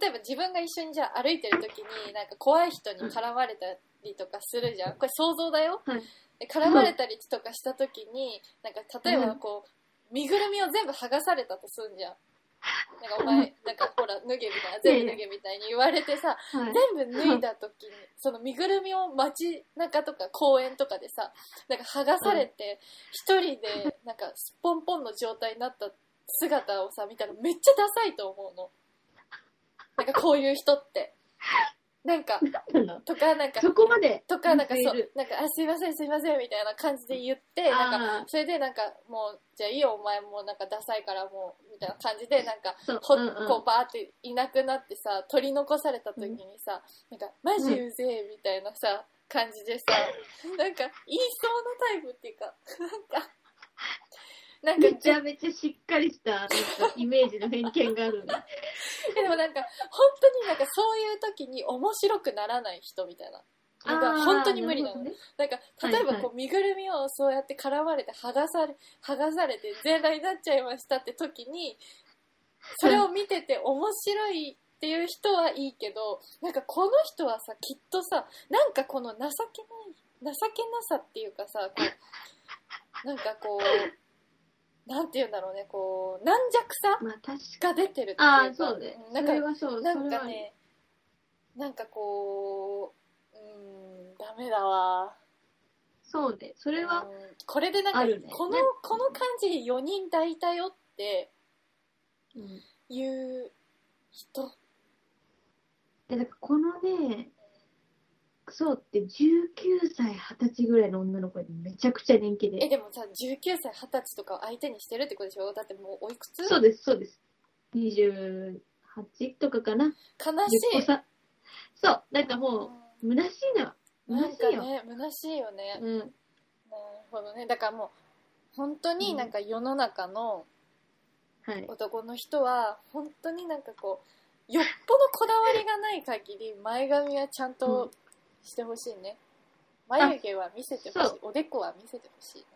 例えば自分が一緒にじゃあ歩いてる時になんか怖い人に絡まれたりとかするじゃんこれ想像だよ、
はい
で絡まれたりとかした時になんか例えばこう身ぐるみを全部剥がされたとすんじゃんなんかお前、なんかほら、脱げみたいな、全部脱げみたいに言われてさ、
はい。
全部脱いだ時に、その身ぐるみを街中とか公園とかでさ、なんか剥がされて、一人で、なんかすっぽんぽんの状態になった姿をさ、見たらめっちゃダサいと思うの。なんかこういう人って。なんか、
なんだ
とか、なんか、
そこまで。
とか、なんかそ
言え
う
る、
なんか、あ、すいません、すいません、みたいな感じで言って、なんか、
ああ、
それでなんか、もう、じゃあいいよ、お前もうなんかダサいからもう、みたいな感じで、なんか、
そう。
ほ
うん
こうバーっていなくなってさ取り残された時にさ、なんかマジうぜえみたいなさ感じでさ、なんか言いそうなタイプっていう
[laughs]
かなん
うん、
かな
め
んか
ちゃめちゃしっかりしたなんかイメージの偏見が
[laughs]
あるんだ。
でもなんか本当になんかそういう時に面白くならない人みたいな。なんか
ー
本当に無理なの
るほどね
なんか例えば
はい
こう身ぐるみをそうやって絡まれて剥がされ剥がされて全裸になっちゃいましたって時にそれを見てて面白いっていう人はいいけどなんかこの人はさきっとさなんかこの情けない情けなさっていうかさこうなんかこうなんて言うんだろうねこう軟弱さ
まあ確かに。
が出てるっていうか
ああ、そうね。
なん
そ
か
れはそう。
なん
それは
かね、なんかこう、うーん、ダメだわ。
そうね。それは
うん、これでなんか、
あるね
この
ね、
この感じで4人抱いたよって
うん
いう人。
え、だからこのね、クソって19歳、20歳ぐらいの女の子にめちゃくちゃ人気
え、
で。
でもさ、19歳、20歳とかを相手にしてるってことでしょだってもうおいくつ
そうです、そうです。28とかかな。
悲
10
し
個
い。
差。そう、なんかもう、虚しいな。
うんなん
虚し
か
いよ。
ね、虚しいよね。なる
うん。
ほどね。だからもう、本当になんか世の中の、
はい。
男の人は本当になんかこうよっぽどこだわりがない限り前髪はちゃんとしてほしいね、眉毛は見せてほ
あ
し
そ
いおでこは見せてほしい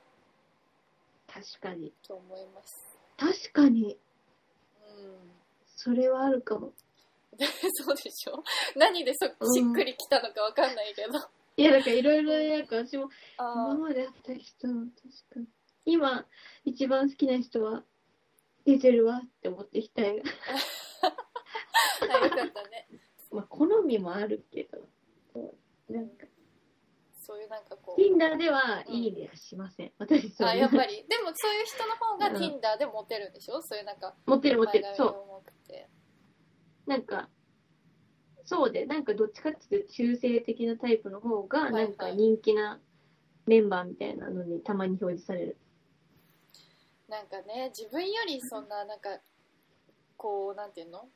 確かに。
と思います
確かに、
うん [laughs]
それはあるかも。
そうでしょ何でそしっくりきたのかわかんないけど、
いや、なんかいろいろ、なんか私も、今
あ
まで会った人の確かに今一番好きな人はディゼルはって思ってきたいが
あよかったね
[laughs] まあ好みもあるけどなんか
そういうなんかこう
Tinder ではいいねはしません、私そう
あ
いう
やっぱりでもそういう人の方が
うん
Tinder でモテるんでしょそういうなんか
[laughs] 持ってる持って
前
る
髪が
そ
重くて
うなんかそうでなんかどっちかっていうと中性的なタイプの方が
いはい
なんか人気なメンバーみたいなのにたまに表示される、
なんかね自分よりそんななんかこうなんていうの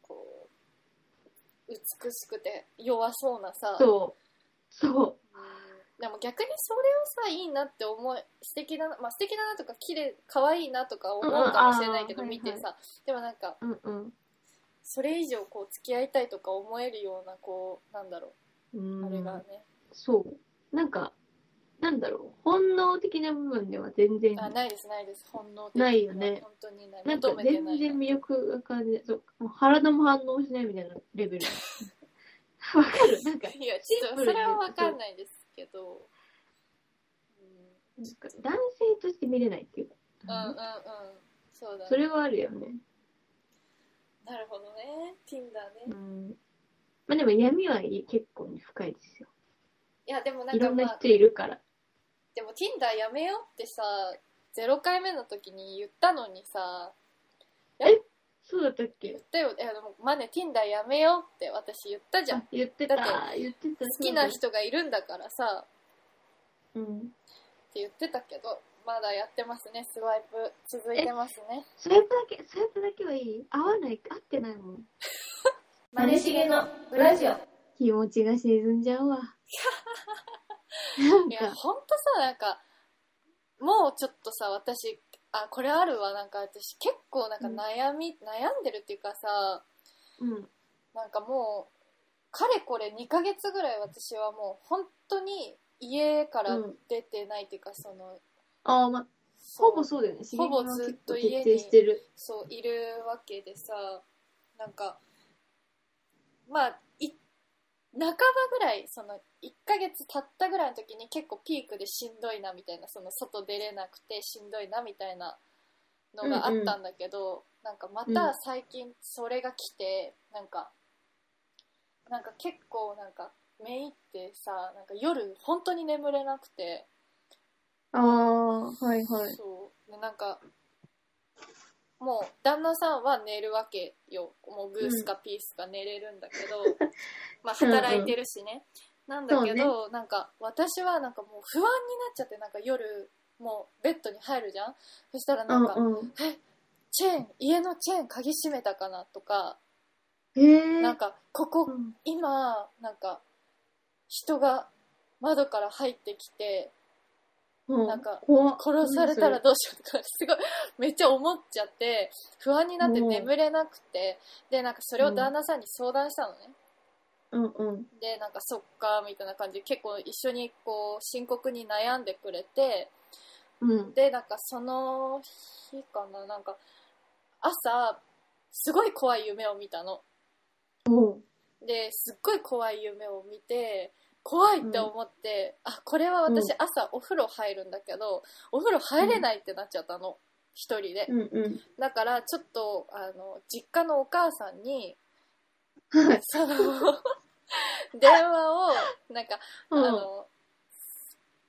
こう美しくて弱そうなさ
そうそう
うんでも逆にそれをさいいなって思い素敵だなまあ素敵だなとか綺麗可愛いなとか思うかもしれないけど
うんうんあ
見
ー
てさ、でもなんか
うんうん
それ以上こう付き合いたいとか思えるようなこうなんだろ
う
うんあれがね、
そう。なんか、なんだろう、本能的な部分では全然、
あないですないです本能的
ないよね
本当にない
なんか
求めて
全
ない
然魅力が感じない。そうもう体も反応しないみたいな
[laughs]
レベル。わかるなんか、
いやちょっとそれは分かんないですけど
なんか男性として見れないっていうか、
うんうんうんそうだ
そ
ね
れはあるよね。
なるほどね Tinder
う
ね
ん。まあでも闇はい結構ね深いですよ。
いやでもないんか
ろん
ま
な
あ
人いるから。
でも Tinder やめようってさ0回目の時に言ったのにさ
そうだったっ
言
け
ったよいやでもマネ Tinder やめようって私言ったじゃん
あ言ってた
だっ。
言ってた。
好きな人がいるんだからさ
そうだ。うん。
って言ってたけどまだやってますねスワイプ続いてますね
スワイプだけ、スワイプだけはいい合わない、合ってないもん。
マネしげのブラジオ
気持ちが沈んじゃうわ。
[laughs] い
な
や
んか、
ほんとさなんかもうちょっとさ私あこれあるわなんか私結構なんか悩み、悩んでるっていうかさ
うん。
なんかもうかれこれ2ヶ月ぐらい私はもう本当に家から出てないっていうか、その
ああ、まあ、ほぼそうだよね。
ほぼずっと家に
徹底してる。
そういるわけでさなんかまあい半ばぐらいその1ヶ月経ったぐらいの時に結構ピークでしんどいなみたいなその外出れなくてしんどいなみたいなのがあったんだけど、なんかまた最近それが来て、なんかなんか結構なんかめいってさなんか夜本当に眠れなくて。
ああ、はいはい。
そうでなんかもう旦那さんは寝るわけよもうグースかピースか寝れるんだけ
[laughs]
ど、まあ働いてるしね、なんだけど、なんか私はなんかもう不安になっちゃってなんか夜もうベッドに入るじゃんそしたら
う
なんんか、
うん。
えチェーン家のチェーン鍵閉めたかなとか、
へえ。
なんかここ
うん
今なんか人が窓から入ってきて
うん
なんか
怖っ
殺されたらどうしようとか、すごい、 [laughs] めっちゃ思っちゃって、不安になって
うん
眠れなくて、で、なんかそれを旦那さんに相談したのね。
うんうん。
で、なんかそっか、みたいな感じで、結構一緒にこう、深刻に悩んでくれて、
うん。
で、なんかその日かな、なんか、朝、すごい怖い夢を見たの。
おう
で、すっごい怖い夢を見て、怖いって思って、あ、これは私朝お風呂入るんだけど、お風呂入れないってなっちゃったの。一人で。
うんうん。
だからちょっとあの実家のお母さんに
はい。
その [laughs] 電話をなんか、あ
うん。
の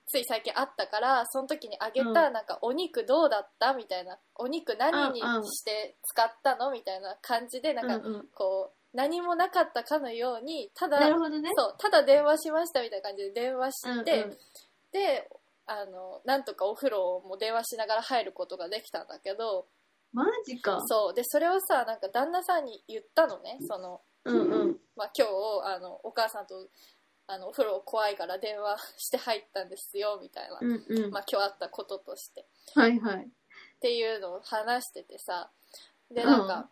つい最近あったからその時にあげた、
うん
なんかお肉どうだったみたいなお肉何に
うんうん
して使ったのみたいな感じでなんか、
うんうん
こう何もなかったかのようにただ
なるほどね。
[laughs] そうただ電話しましたみたいな感じで電話
うんう
し
ん
て、であのなんとかお風呂も電話しながら入ることができたんだけど、
マジか。
そうでそれをさなんか旦那さんに言ったのねその、
うんうん。
まあ、今日あのお母さんとあのお風呂怖いから電話して入ったんですよみたいな、
うんうん
ま。あ、今日あったこととして
はいはい。
っていうのを話しててさでなんか、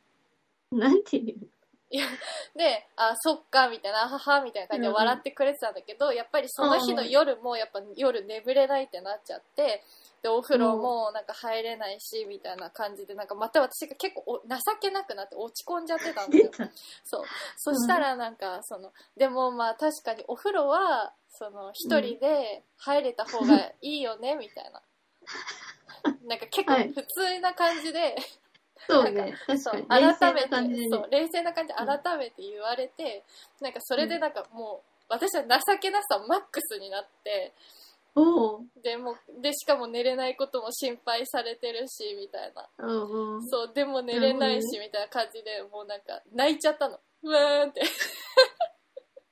なんていう
であそっかみたいなあははみたいな感じで
うんうん
笑ってくれてたんだけど、やっぱりその日の夜もやっぱ夜眠れないってなっちゃってでお風呂もなんか入れないしみたいな感じでなんかまた私が結構お情けなくなって落ち込んじゃってたんだ
出 [laughs]
よ
た。
そう。そしたらなんか、その、でもまあ確かにお風呂は、その、一人で入れた方がいいよね、みたいな。なんか結構
はい
普通な感じで、
そうね。確
そ
か
う
に。
改
冷
め
静な感じ
て
でね
そう、冷静な感じで改めて言われて、なんかそれでなんかもう、私は情けなさマックスになって、
おう。
で、もうで、しかも寝れないことも心配されてるし、みたいな。
うんうん。
そう、でも寝れないし、みたいな感じで、もうなんか泣いちゃったの。うわーんって。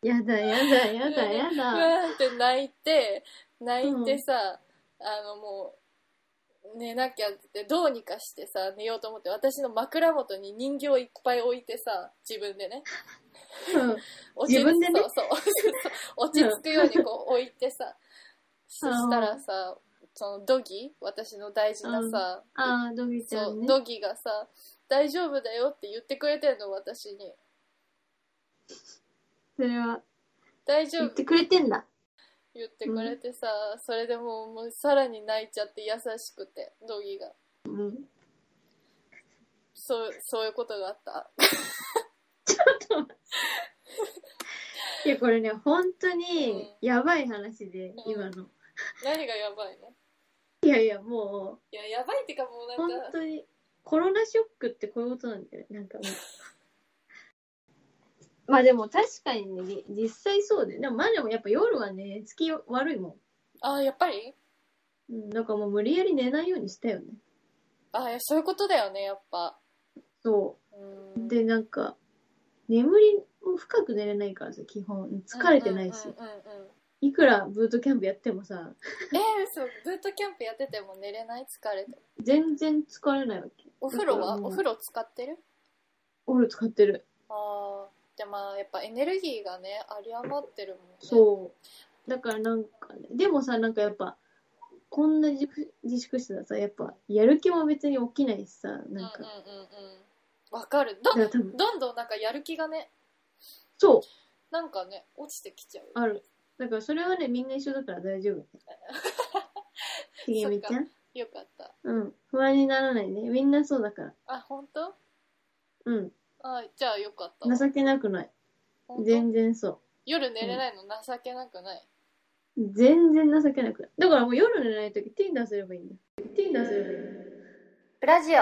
やだやだやだや
う
だ。
わーって泣いて泣いてさ、あのもう寝なきゃってどうにかしてさ寝ようと思って私の枕元に人形いっぱい置いてさ自分でね
うん。
落ち
自分でね
そうそう落ち着くようにこう置いて
[laughs]
さそしたらさそのドギ私の大事なさ、
ああ、ドギちゃ
そ
ん
う
ね。
ドギがさ「大丈夫だよ」って言ってくれてんの私に
それは
「大丈
言
夫
ってくれてんだ。
言ってくれてさ、それでもうもうさらに泣いちゃって優しくてドギが
うん。
そうそういうことがあった
いや、これね、本当にやばい話で、今の。
何がやばいの
やいや、も
いや、やばいってかもう
う、
な
本
んか、
当に、コロナショックってこういうことなんだよね。なんかもう。 [laughs] まあでも確かにね、り実際そうで。でもまあでもやっぱ夜はね、月悪いも
ああ、やっぱり
ん。うん、だからもう無理やり寝ないようにしたよね。
ああ、いやそういうことだよね、やっぱ。
そうう。
ん
で、なんか、眠りも深く寝れないからさ、基本。疲れてないし
うん。うんうんうん
いくらブートキャンプやってもさ、
えー、そう、ブートキャンプやってても寝れない疲れて。
全然疲れないわけ。
お風呂
だか
は
らもう
お風呂使ってる
お風呂使ってる。
ああ。で、まあ、やっぱエネルギーがね、有り余ってるもんね。
そう。だからなんか、ね、でもさ、なんかやっぱ、こんな自粛自粛してたらさ、やっぱ、やる気も別に起きないしさ、
うんうん
な
うん
んか、
う
だ
ん。わかる。ど
から多分、
どんどんなんかやる気がね、
そう、
なんかね、落ちてきちゃう。
ある。だからそれはね、みんな一緒だから大 [laughs] 丈夫。ひげみちゃん
よかった。
うん。不安にならないね。みんなそうだから。
あ、本当？
うん。
あ、じゃあよかったわ。
情けなくない。
ほんと
全然そ
夜寝れないの情けなくない。
う。全然情けなくない。だからもう夜寝ないとき、Tinder すればいいんだよ。Tinder すればいいんだよ。
ブラジオ。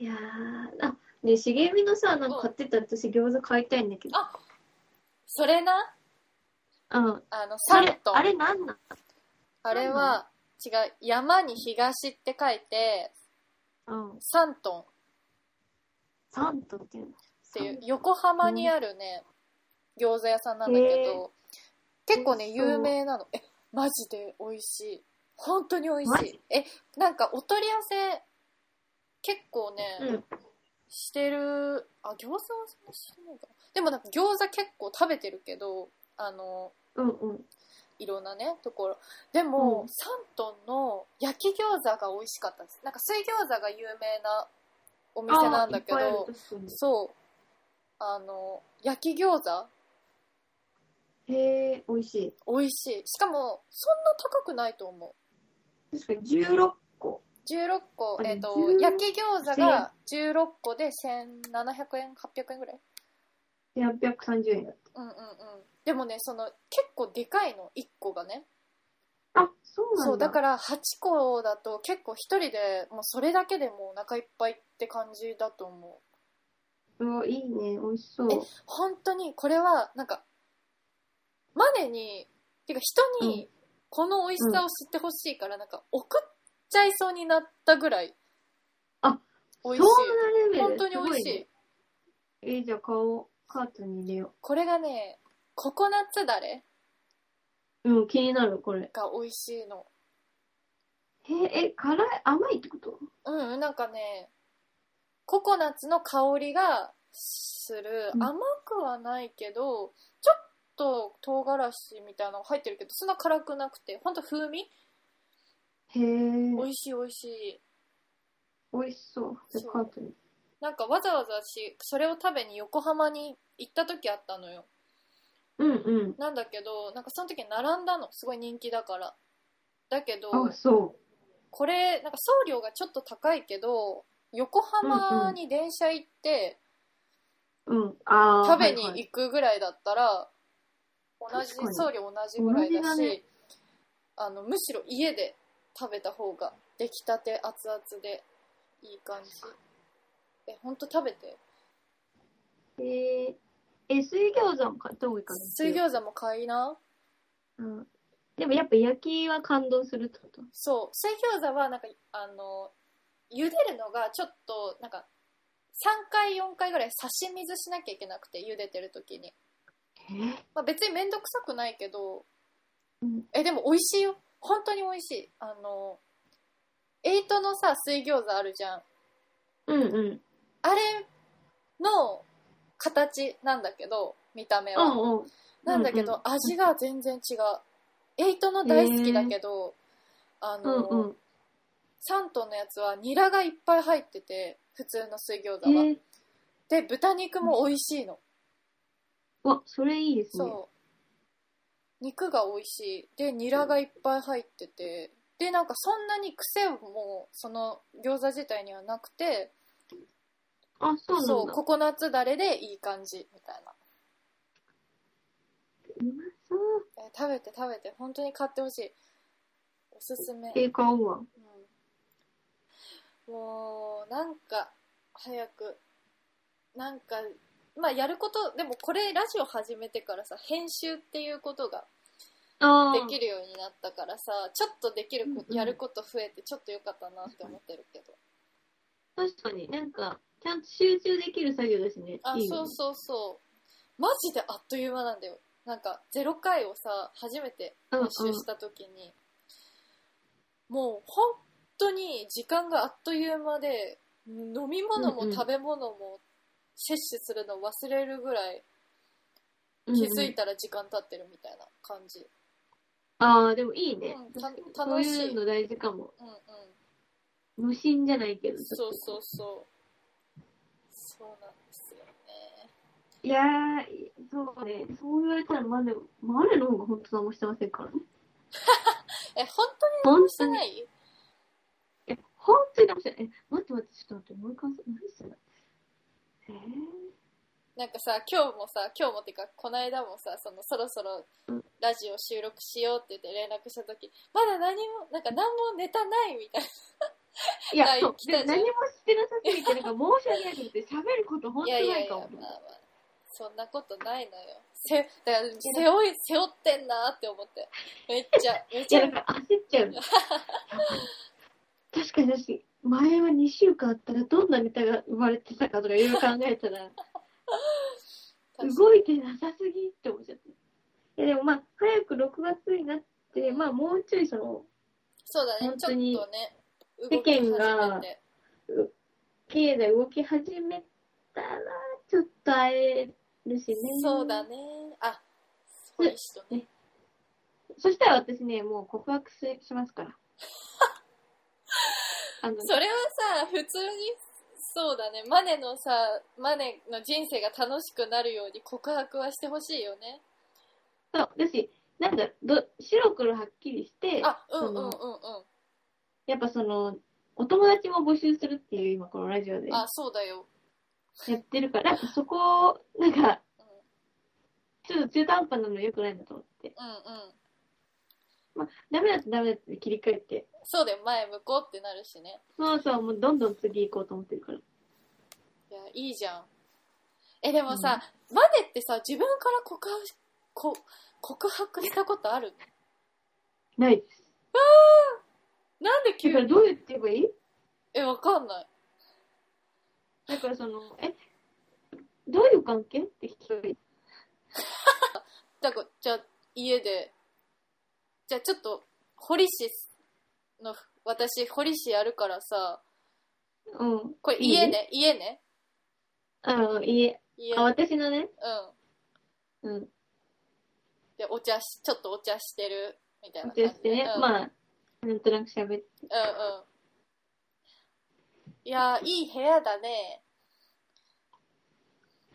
いやー、あ、ね、茂みのさ、なんか買ってた私餃子買いたいんだけど。
それな、
うん。
あの、
あ
サッ
れ、
ト。
あれなんなん
あれは、違う、山に東って書いて、
うん。
サントンっ
サントっていうの。
ていう、横浜にあるね、餃子屋さんなんだけど、結構ね、
美味しそう
有名なの。え、マジで美味しい。本当に美
マ
味しい
ジ。
え、なんかお取り寄せ、結構ね、
うん。
してるあ餃子はそんなしてないかなでもなんか餃子結構食べてるけどあの
うんうん。
いろんなねところでも、
うん
サントンの焼き餃子が美味しかったですなんか水餃子が有名なお店なんだけ
あーいっぱいあ
ど
る確か
そうあの焼き餃子
にへえ、美味しい。
美味しいしかもそんな高くないと思う
確かに16個。
16個
あ、れ
えっと
16
焼き餃子が16個で1700円800円ぐらい
で830円だった。
うんうんうんでもねその結構でかいの1個がね
あ、そうなんだ。。
そうだからら8個だと結構1人でもうそれだけでもうお腹いっぱいって感じだと思う
うわ、いいね。美味しそう。
え本当にこれはなんかマネにてか人にこの美味しさを知ってほしいからなんか送っちゃいそうになったぐらい
あ
美
そ
味しい
んなレベル。
本当に美味し
す
い
ごねえーじゃあ顔、カートに入れよ
これがねココナッツだれ
う。うん、気になる、これ。
が美味しいの
へえ、え、辛い、甘いってこと
うんなんかねココナッツの香りがする
うん
甘くはないけどちょっと唐辛子みたいなのが入ってるけどそんな辛くなくてほんと風味
へえ、
美味しい美味しい
美味しそう。じゃ
そう
あカートに。
なんかわざわざしそれを食べに横浜に行った時あったのよ
うんうん。
なんだけどなんかその時並んだのすごい人気だからだけど
あ、そ
これなんか送料がちょっと高いけど横浜に電車行って
う。うん。ああ。
食べ
はいはい
に行くぐらいだったら同じ
確かに
送料同じぐらいだ
同
し
じだね
あのむしろ家で食べた方が出来たて熱々でいい感じえ本当食べて
えー、え、水餃子も買った方がいいかな。
水餃子も買いな
うん。でもやっぱ焼きは感動するってこと
そう水餃子はなんかあの茹でるのがちょっとなんか3回4回ぐらい刺し水しなきゃいけなくて茹でてる時に、
え
まあ、別に面倒くさくないけど
うん。
えでも美味しいよ本当に美味しいあのエイトのさ水餃子あるじゃん
うんうん。
あれの形なんだけど見た目
う
は、
んうん。
なんだけど、味が全然違うエイトの大好きだけど、あ
うん
の、
うん。
サントンのやつはニラがいっぱい入ってて普通の水餃
え
子は、
ー、
で豚肉も美味しいの、
わ、それいいですね。
そう肉が美味しいでニラがいっぱい入っててでなんかそんなに癖もその餃子自体にはなくて
あ、そうなんだ。
そうココナッツだれでいい感じみたいな
うまそう。
えー食べて食べて本当に買ってほしいおすすめ、
映画は。
うん、もうなんか早くなんかまあやることでもこれラジオ始めてからさ編集っていうことが
あ
できるようになったからさちょっとできるこ
うんうん
やること増えてちょっとよかったなって思ってるけど
確かになんか、ちゃんと集中できる作業だしね。
あ
いいよ
そう
ね
そうそうマジであっという間なんだよなんか0回をさ初めて
うんうん
編集した時に、もう本当に時間があっという間で飲み物
うん
も
うん
食べ物も摂取するの忘れるぐらい
うんうん
気づいたら時間経ってるみたいな感じ、
ああ、でもいいね。
うんた
そう
楽しい
いうの大事かも。
うんうん
無心じゃないけど。ちょ
そ
っと
うそうそうそうなんですよね
いやー、そうね。そう言われたら、まあでも、まああれの方が本当何もしてませんからね。
え本当に
本
して
当
な
に。
い
え、本当に何もしてない。え、待って待って、ちょっと待って、もう一回、何してないえ
なんかさ今日もさ今日もっていうかこの間もさそのそろそろ
うん
ラジオ収録しようって言って連絡した時まだ何もなんか何もネタないみたい
ー、いや
な、い
そう。
来たじゃ
で
ん
何もしてなさすぎて、なんか申し訳ないと思って、喋ること本
ないやい
当な
や
い
いや
か
まあ
も。
まあそんなことないのよせだから背負い背負ってんなって思ってめっちゃめっ
い
ち
や、
ゃ
だから焦っちゃうの。やばい確かに私、前は2週間あったらどんなネタが生まれてたかとかいろいろ考
[laughs]
えたら、
確か
動いてなさすぎって思っちゃった。いや、でもまあ、早く6月になって、まあ、もうちょいその、
そうだね
本
ちょっ
当
と
に
ね動き始
世間
め
が
て
経済動き始めたら、ちょっと会えるしね。
そうだ。ねあそう一緒ね
そしたら私ね、もう告白ししま
[laughs]
すから。あの、
それはさ普通にそうだねマネのさマネの人生が楽しくなるように告白はしてほしいよね
そう、だし、なんだど、白黒はっきりして、
あうんう
そ
んうんうん
のやっぱその、お友達も募集するっていう今このラジオで
あ
や
そうだよ、
ってるから、そこを、なんか、
うん、
ちょっと中途半端なの良くないなと思って。
うんうん
ダメだってダメだって切り替えて。
そうだよ前向こうってなるしね
そうそう、もうどんどん次行こうと思ってるから。
いやいいじゃんえでもさ、マネってさ自分から告白しこ告白したことある
ないです。
なんで
だ
急
から
に
どう言って言えばいい
[laughs] えわかんない
だからその、え、どういう関係って聞けばいい
だからじゃあ家でじゃあちょっと堀市の私堀市やるからさ
うん。
これ
いい
家ね家ね
あの、家。
家
あ、
うん
私のね。うん。
でお茶しちょっとお茶してるみたいな
お茶
感
し
じ
てね。
うん、
まあ、なんとなく喋
う
って。
んうんいやーいい部屋だね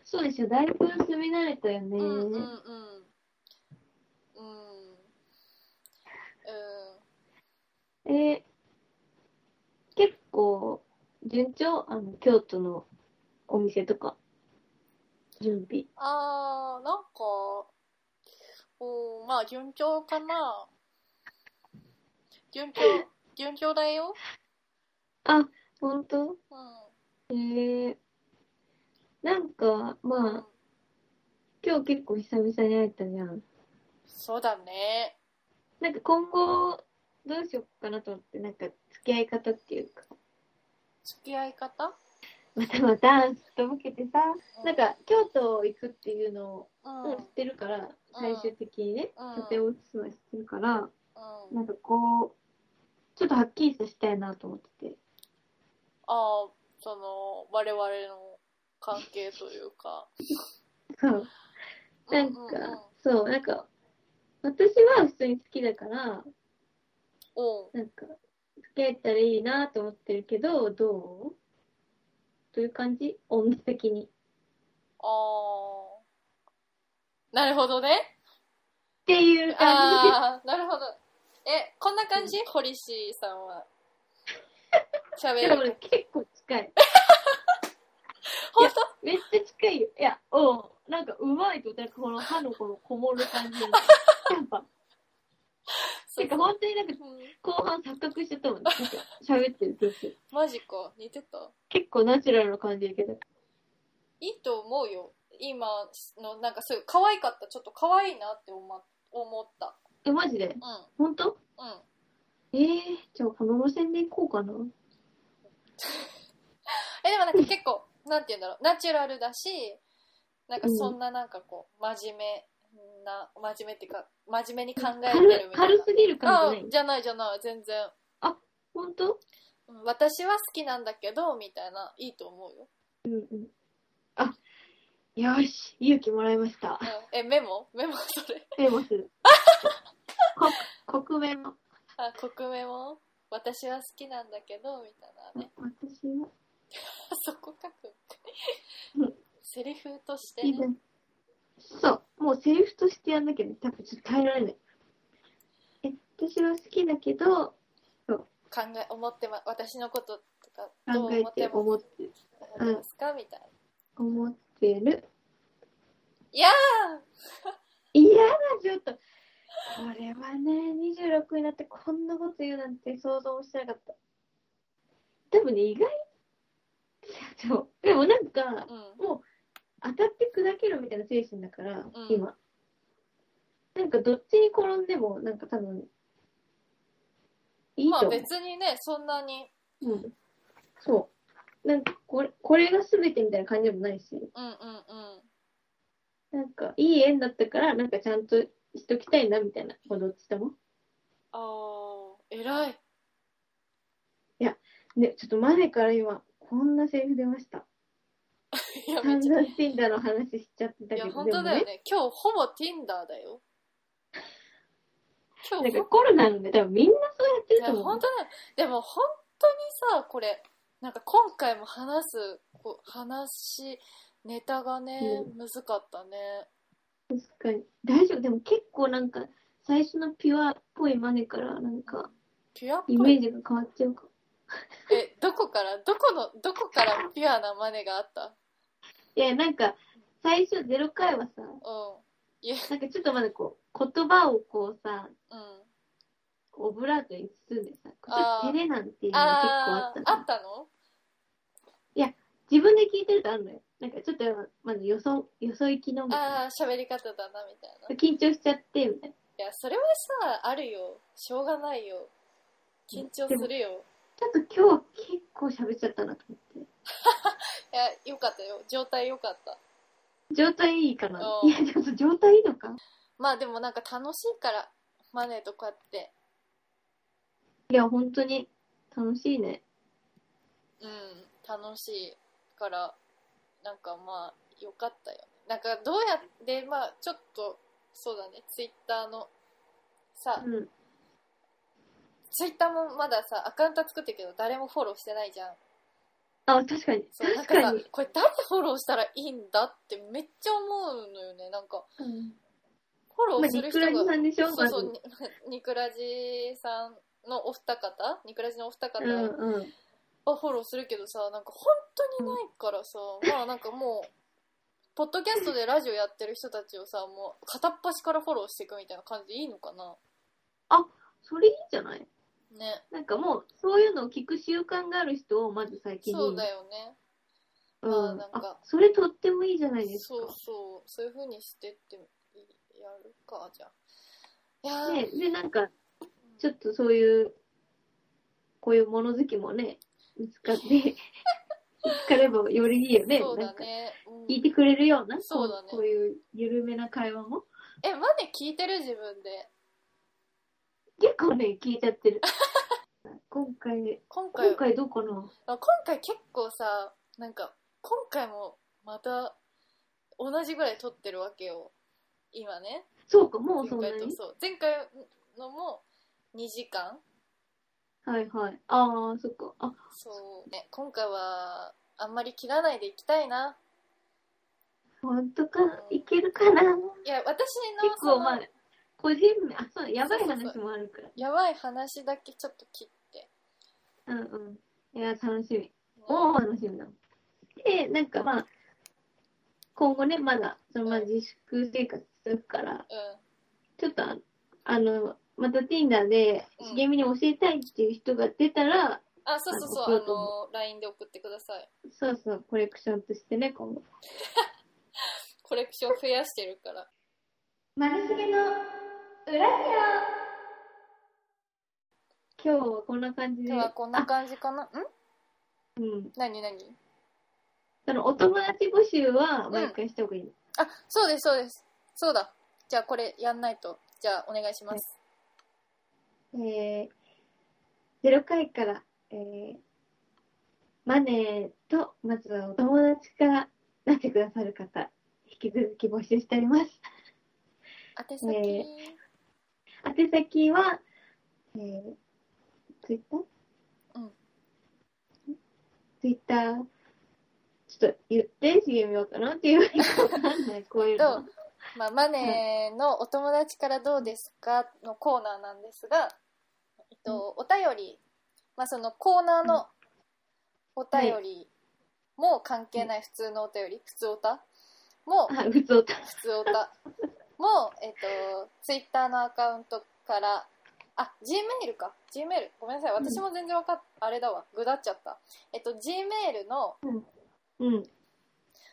そうでしょ。だいぶ住み慣れたよね。
うんうんうんうんうん
えー結構、順調あの、京都のお店とか、準備。
あーなんかおーまあ順調かな順調順調だよ
あ、ほんと
うん
えーなんか、
う
ま
ん
あ、今日結構久々に会えたじゃん。
そうだね
なんか今後、どうしようかなと思って、なんか、付き合い方っていうか、 [laughs]
付き合い方
またまた、すっとぼけてさ、
う
なんか、京都行くっていうのを、
うん
もう知ってるから、最終的にね、
うん
拠点を移すのは知ってるから、
うん
なんかこう、ちょっとはっきりさせたいなと思ってて。
ああ、その、我々の関係というか。
そう。なんか、
うんうんうん
そう、なんか、私は普通に好きだから、
おう
なんか、付き合えたらいいなと思ってるけど、どうという感じ音的に。っ
ああ。なるほどね。
ていう感
ああ、なるほど。え、こんな感じ、堀市さん
[laughs]
は。
じ
喋
で。だから
る。
結構近い。
本
めっちゃ近いよ。いや、おうなんかうまいと、なんかこの歯のこのこもる感じ。やっぱ、てか本当になんか
うん
後半錯覚してたもんなんか喋ってる途中
マジか似てた
結構ナチュラルな感じだけど
いいと思うよ今のなんかそういう可愛かったちょっと可愛いなって思っ思った
えマジで
うん
本当
うん
ええー、じゃあこの路線で行こうかな
えでもなんか結構なんて言うんだろうナチュラルだしなんかそんななんかこう真面目な真面目っていうか真面目に考えて
軽
るみたい
軽
な
すぎる
あ
感じない
じゃないじゃない全然
本当
うん私は好きなんだけどみたいないいと思うよ、
うんうんあよし勇気もらいました
うんえメモメモ [laughs] それ
メモするこ国名の
あ国メモ私は好きなんだけどみたいなね
私は
あそこ書く
うん
セリフとして
以
ね、
前そうもうセリフとしてやんなきゃね多分ちょっと耐えられないえ私は好きだけど
考え思ってま私のこととかどう
考え
思って
て
ます
思ってる
思ってますかみたいな
思ってる
いや
[laughs] 嫌だちょっとこれはね26になってこんなこと言うなんて想像もしてなかった多分ね意外そうでもなんか
ーうん
当たって砕けるみたいな精神だから、
ん
今なんかどっちに転んでもなんか多分いい
ま
と
あ
思う、
別にねそんなに
うん、そうなんかこれこれが全てみたいな感じでもないし
うんうんうん
なんかいい縁だったからなんかちゃんとしときたいなみたいなこうどっちとも
ああ偉い
ねちょっと前から今こんなセリフ出ました
いやめっ
散
ちゃ
々 Tinder の話しちゃってた
いや
けど
本当だよね今日ほぼ Tinder だよ今
でも
日
ねなん
ほ
かコロナのね多分みんなそうやって
い
る
や
と思う
本当だよでも本当にさこれなんか今回も話すこう話ネタがね、
う
むずかったね
確かに大丈夫でも結構なんか最初のピュアっぽいマネからなんか
ピュアっ
イ
ぽ
メ
い
ージが変わっちゃうかも
えどこからどこのどこからピュアなマネがあった
いやなんか最初ゼロ回はさなんかちょっとまだこう言葉をこうさ
うんうん
オブラートに包んでさちょ
あ
っ
ー
と照れなんていうのが結構あ
あ
った
ああ
の
ったの
自分で聞いてるとあるのよなんかちょっとまだよそよそ行きのみたい
あ
な
あ喋り方だなみたいな
緊張しちゃってみたいない
やそれはさあるよしょうがないよ緊張するよ
ちょっと今日は結構喋っちゃったなと思って
いやよかったよ状態よかった
状態いいかな
あー
いやちょっと状態いいのか
まあでもなんか楽しいからマネとかって
いや本当に楽しいね
うん楽しいからなんかまあよかったよなんかどうやってまあちょっとそうだねツイッターのさ、
うん
ツイッターもまださアカウントは作ってるけど誰もフォローしてないじゃん
あ確かに
そうなん
確
か
か
さ
に
これ誰フォローしたらいいんだってめっちゃ思うのよねなんか
うん
フォロ
ま
ー
あ
する
ニク
人
ラジ
が
さんでしょ
そうそ
ま
う、に [laughs] ニクラジさんのお二方、ニクラジのお二方
ずうんうん
はフォローするけどさ、なんか本当にないから
[laughs]
さ、まあなんかもう、ポッドキャストでラジオやってる人たちをさ、もう片っ端からフォローしていくみたいな感じでいいのかな
それいいんじゃない
ね。
なんかもう、そういうのを聞く習慣がある人をまず最近に。
そうだよね。
うん
あーなんか
あそれとってもいいじゃないです
そう
か。
そう、そういう風にしてってやるか、じゃあ。いやー、
ね、で、なんか、ちょっとそういう、こういう物好きもね、見つ
[laughs]
かって、見つかればよりいいよね。
そう
な
だ
んか、
ね。うん
聞いてくれるような、
そうだね
こうこういう緩めな会話も。
え、マネ聞いてる自分で。
結構ね、聞いちゃっ
[laughs]
てる。今回、
今回
今回どうかな
あ今回結構さなんか今回もまた同じぐらい撮ってるわけよ今ね
そうか、もうそ
前
んな
回と
に
そう前回のも2時間
はいはい。ああ、そっか。あ、
そうね今回はあんまり切らないでいきたいな
本当か、いけるかな。
いや私の
結
その
構まあ、個人名、あ、そう、やばい話もあるから。
やばい話だけちょっと切って、
うんうん。いや、楽しみ。
ね
おお、楽しみだ。で、なんかまあ、今後ね、まだ、そのまあ
うん
自粛生活するから、
う
ちょっとあ、あの、また Tinder で
うん
茂みに教えたいっていう人が出たら、
あ、そうそうそ
あ
う、
僕は
あの、LINE で送ってください。
そうそう、コレクションとしてね、今後。
コレクション増やしてるから。
マルシゲの裏庭今日はこんな感じで
今日はこんな感じかな。ん
うん、
何何
そのお友達募集は毎回した方がいい、
あ、そうです、そうです。そうだ。じゃあこれやんないと。じゃあお願いします。
えー、0回から、えー、マネーと、まずはお友達からなってくださる方、引き続き募集しております。
宛先、
え宛先は、えー、ツイッター
うん。
ツイッター、ちょっと言って、しげみようかなっていう。わかん [laughs] ない、こういう
と
の。、
まあ、マネーのお友達からどうですかのコーナーなんですが、えっと、お便り、まあ、そのコーナーのお便りも関係ない普通のお便り、普通おたも、
あ、うつおた。
普通おたも、えっと、ツイッターのアカウントから、あ、G メールか。G メール。ごめんなさい。私も全然わかっ、あれだわ。ぐだっちゃった。えっと、G メールの、
うん。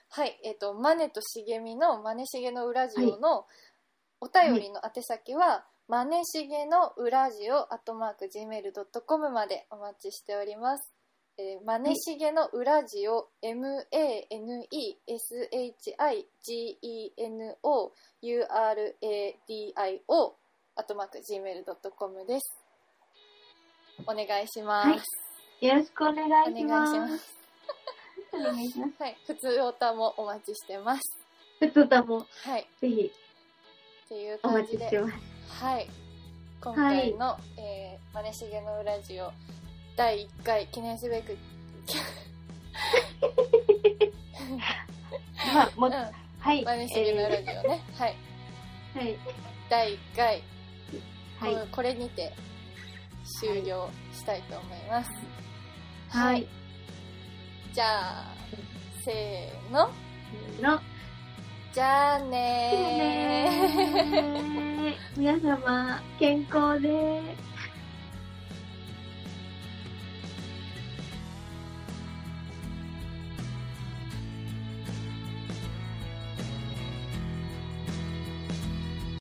はい、えっ、と、マネとしげみのマネしげの裏ジオのお便りの宛先は、マネしげの裏ジオアットマーク Gmail.com までお待ちしております。えー、マネしげの裏ジオ M-A-N-E-S-H-I-G-E-N-O-U-R-A-D-I-O アットマーク Gmail.com です。お願いします。
はいよろしくお願いし
お願い
ま
し
す。
ます。
お願いします。
はい、普通おたもお待ちしてます。
うつおたも、
はい。
ぜひ、
っていう
お
感
待
じ
ち
で
してます。
はい今回の、えー、マネしげのラジオ第1回記念すべく、
まあ、
う
も
ん、
はい。
マネしげのラ
え
ジオね、はい
ーはい。
第1回、
はい。
ここれにて終了したいと思います
はい。
じゃあせーの
の、
じゃあねー
[laughs] ねー皆様、健康で、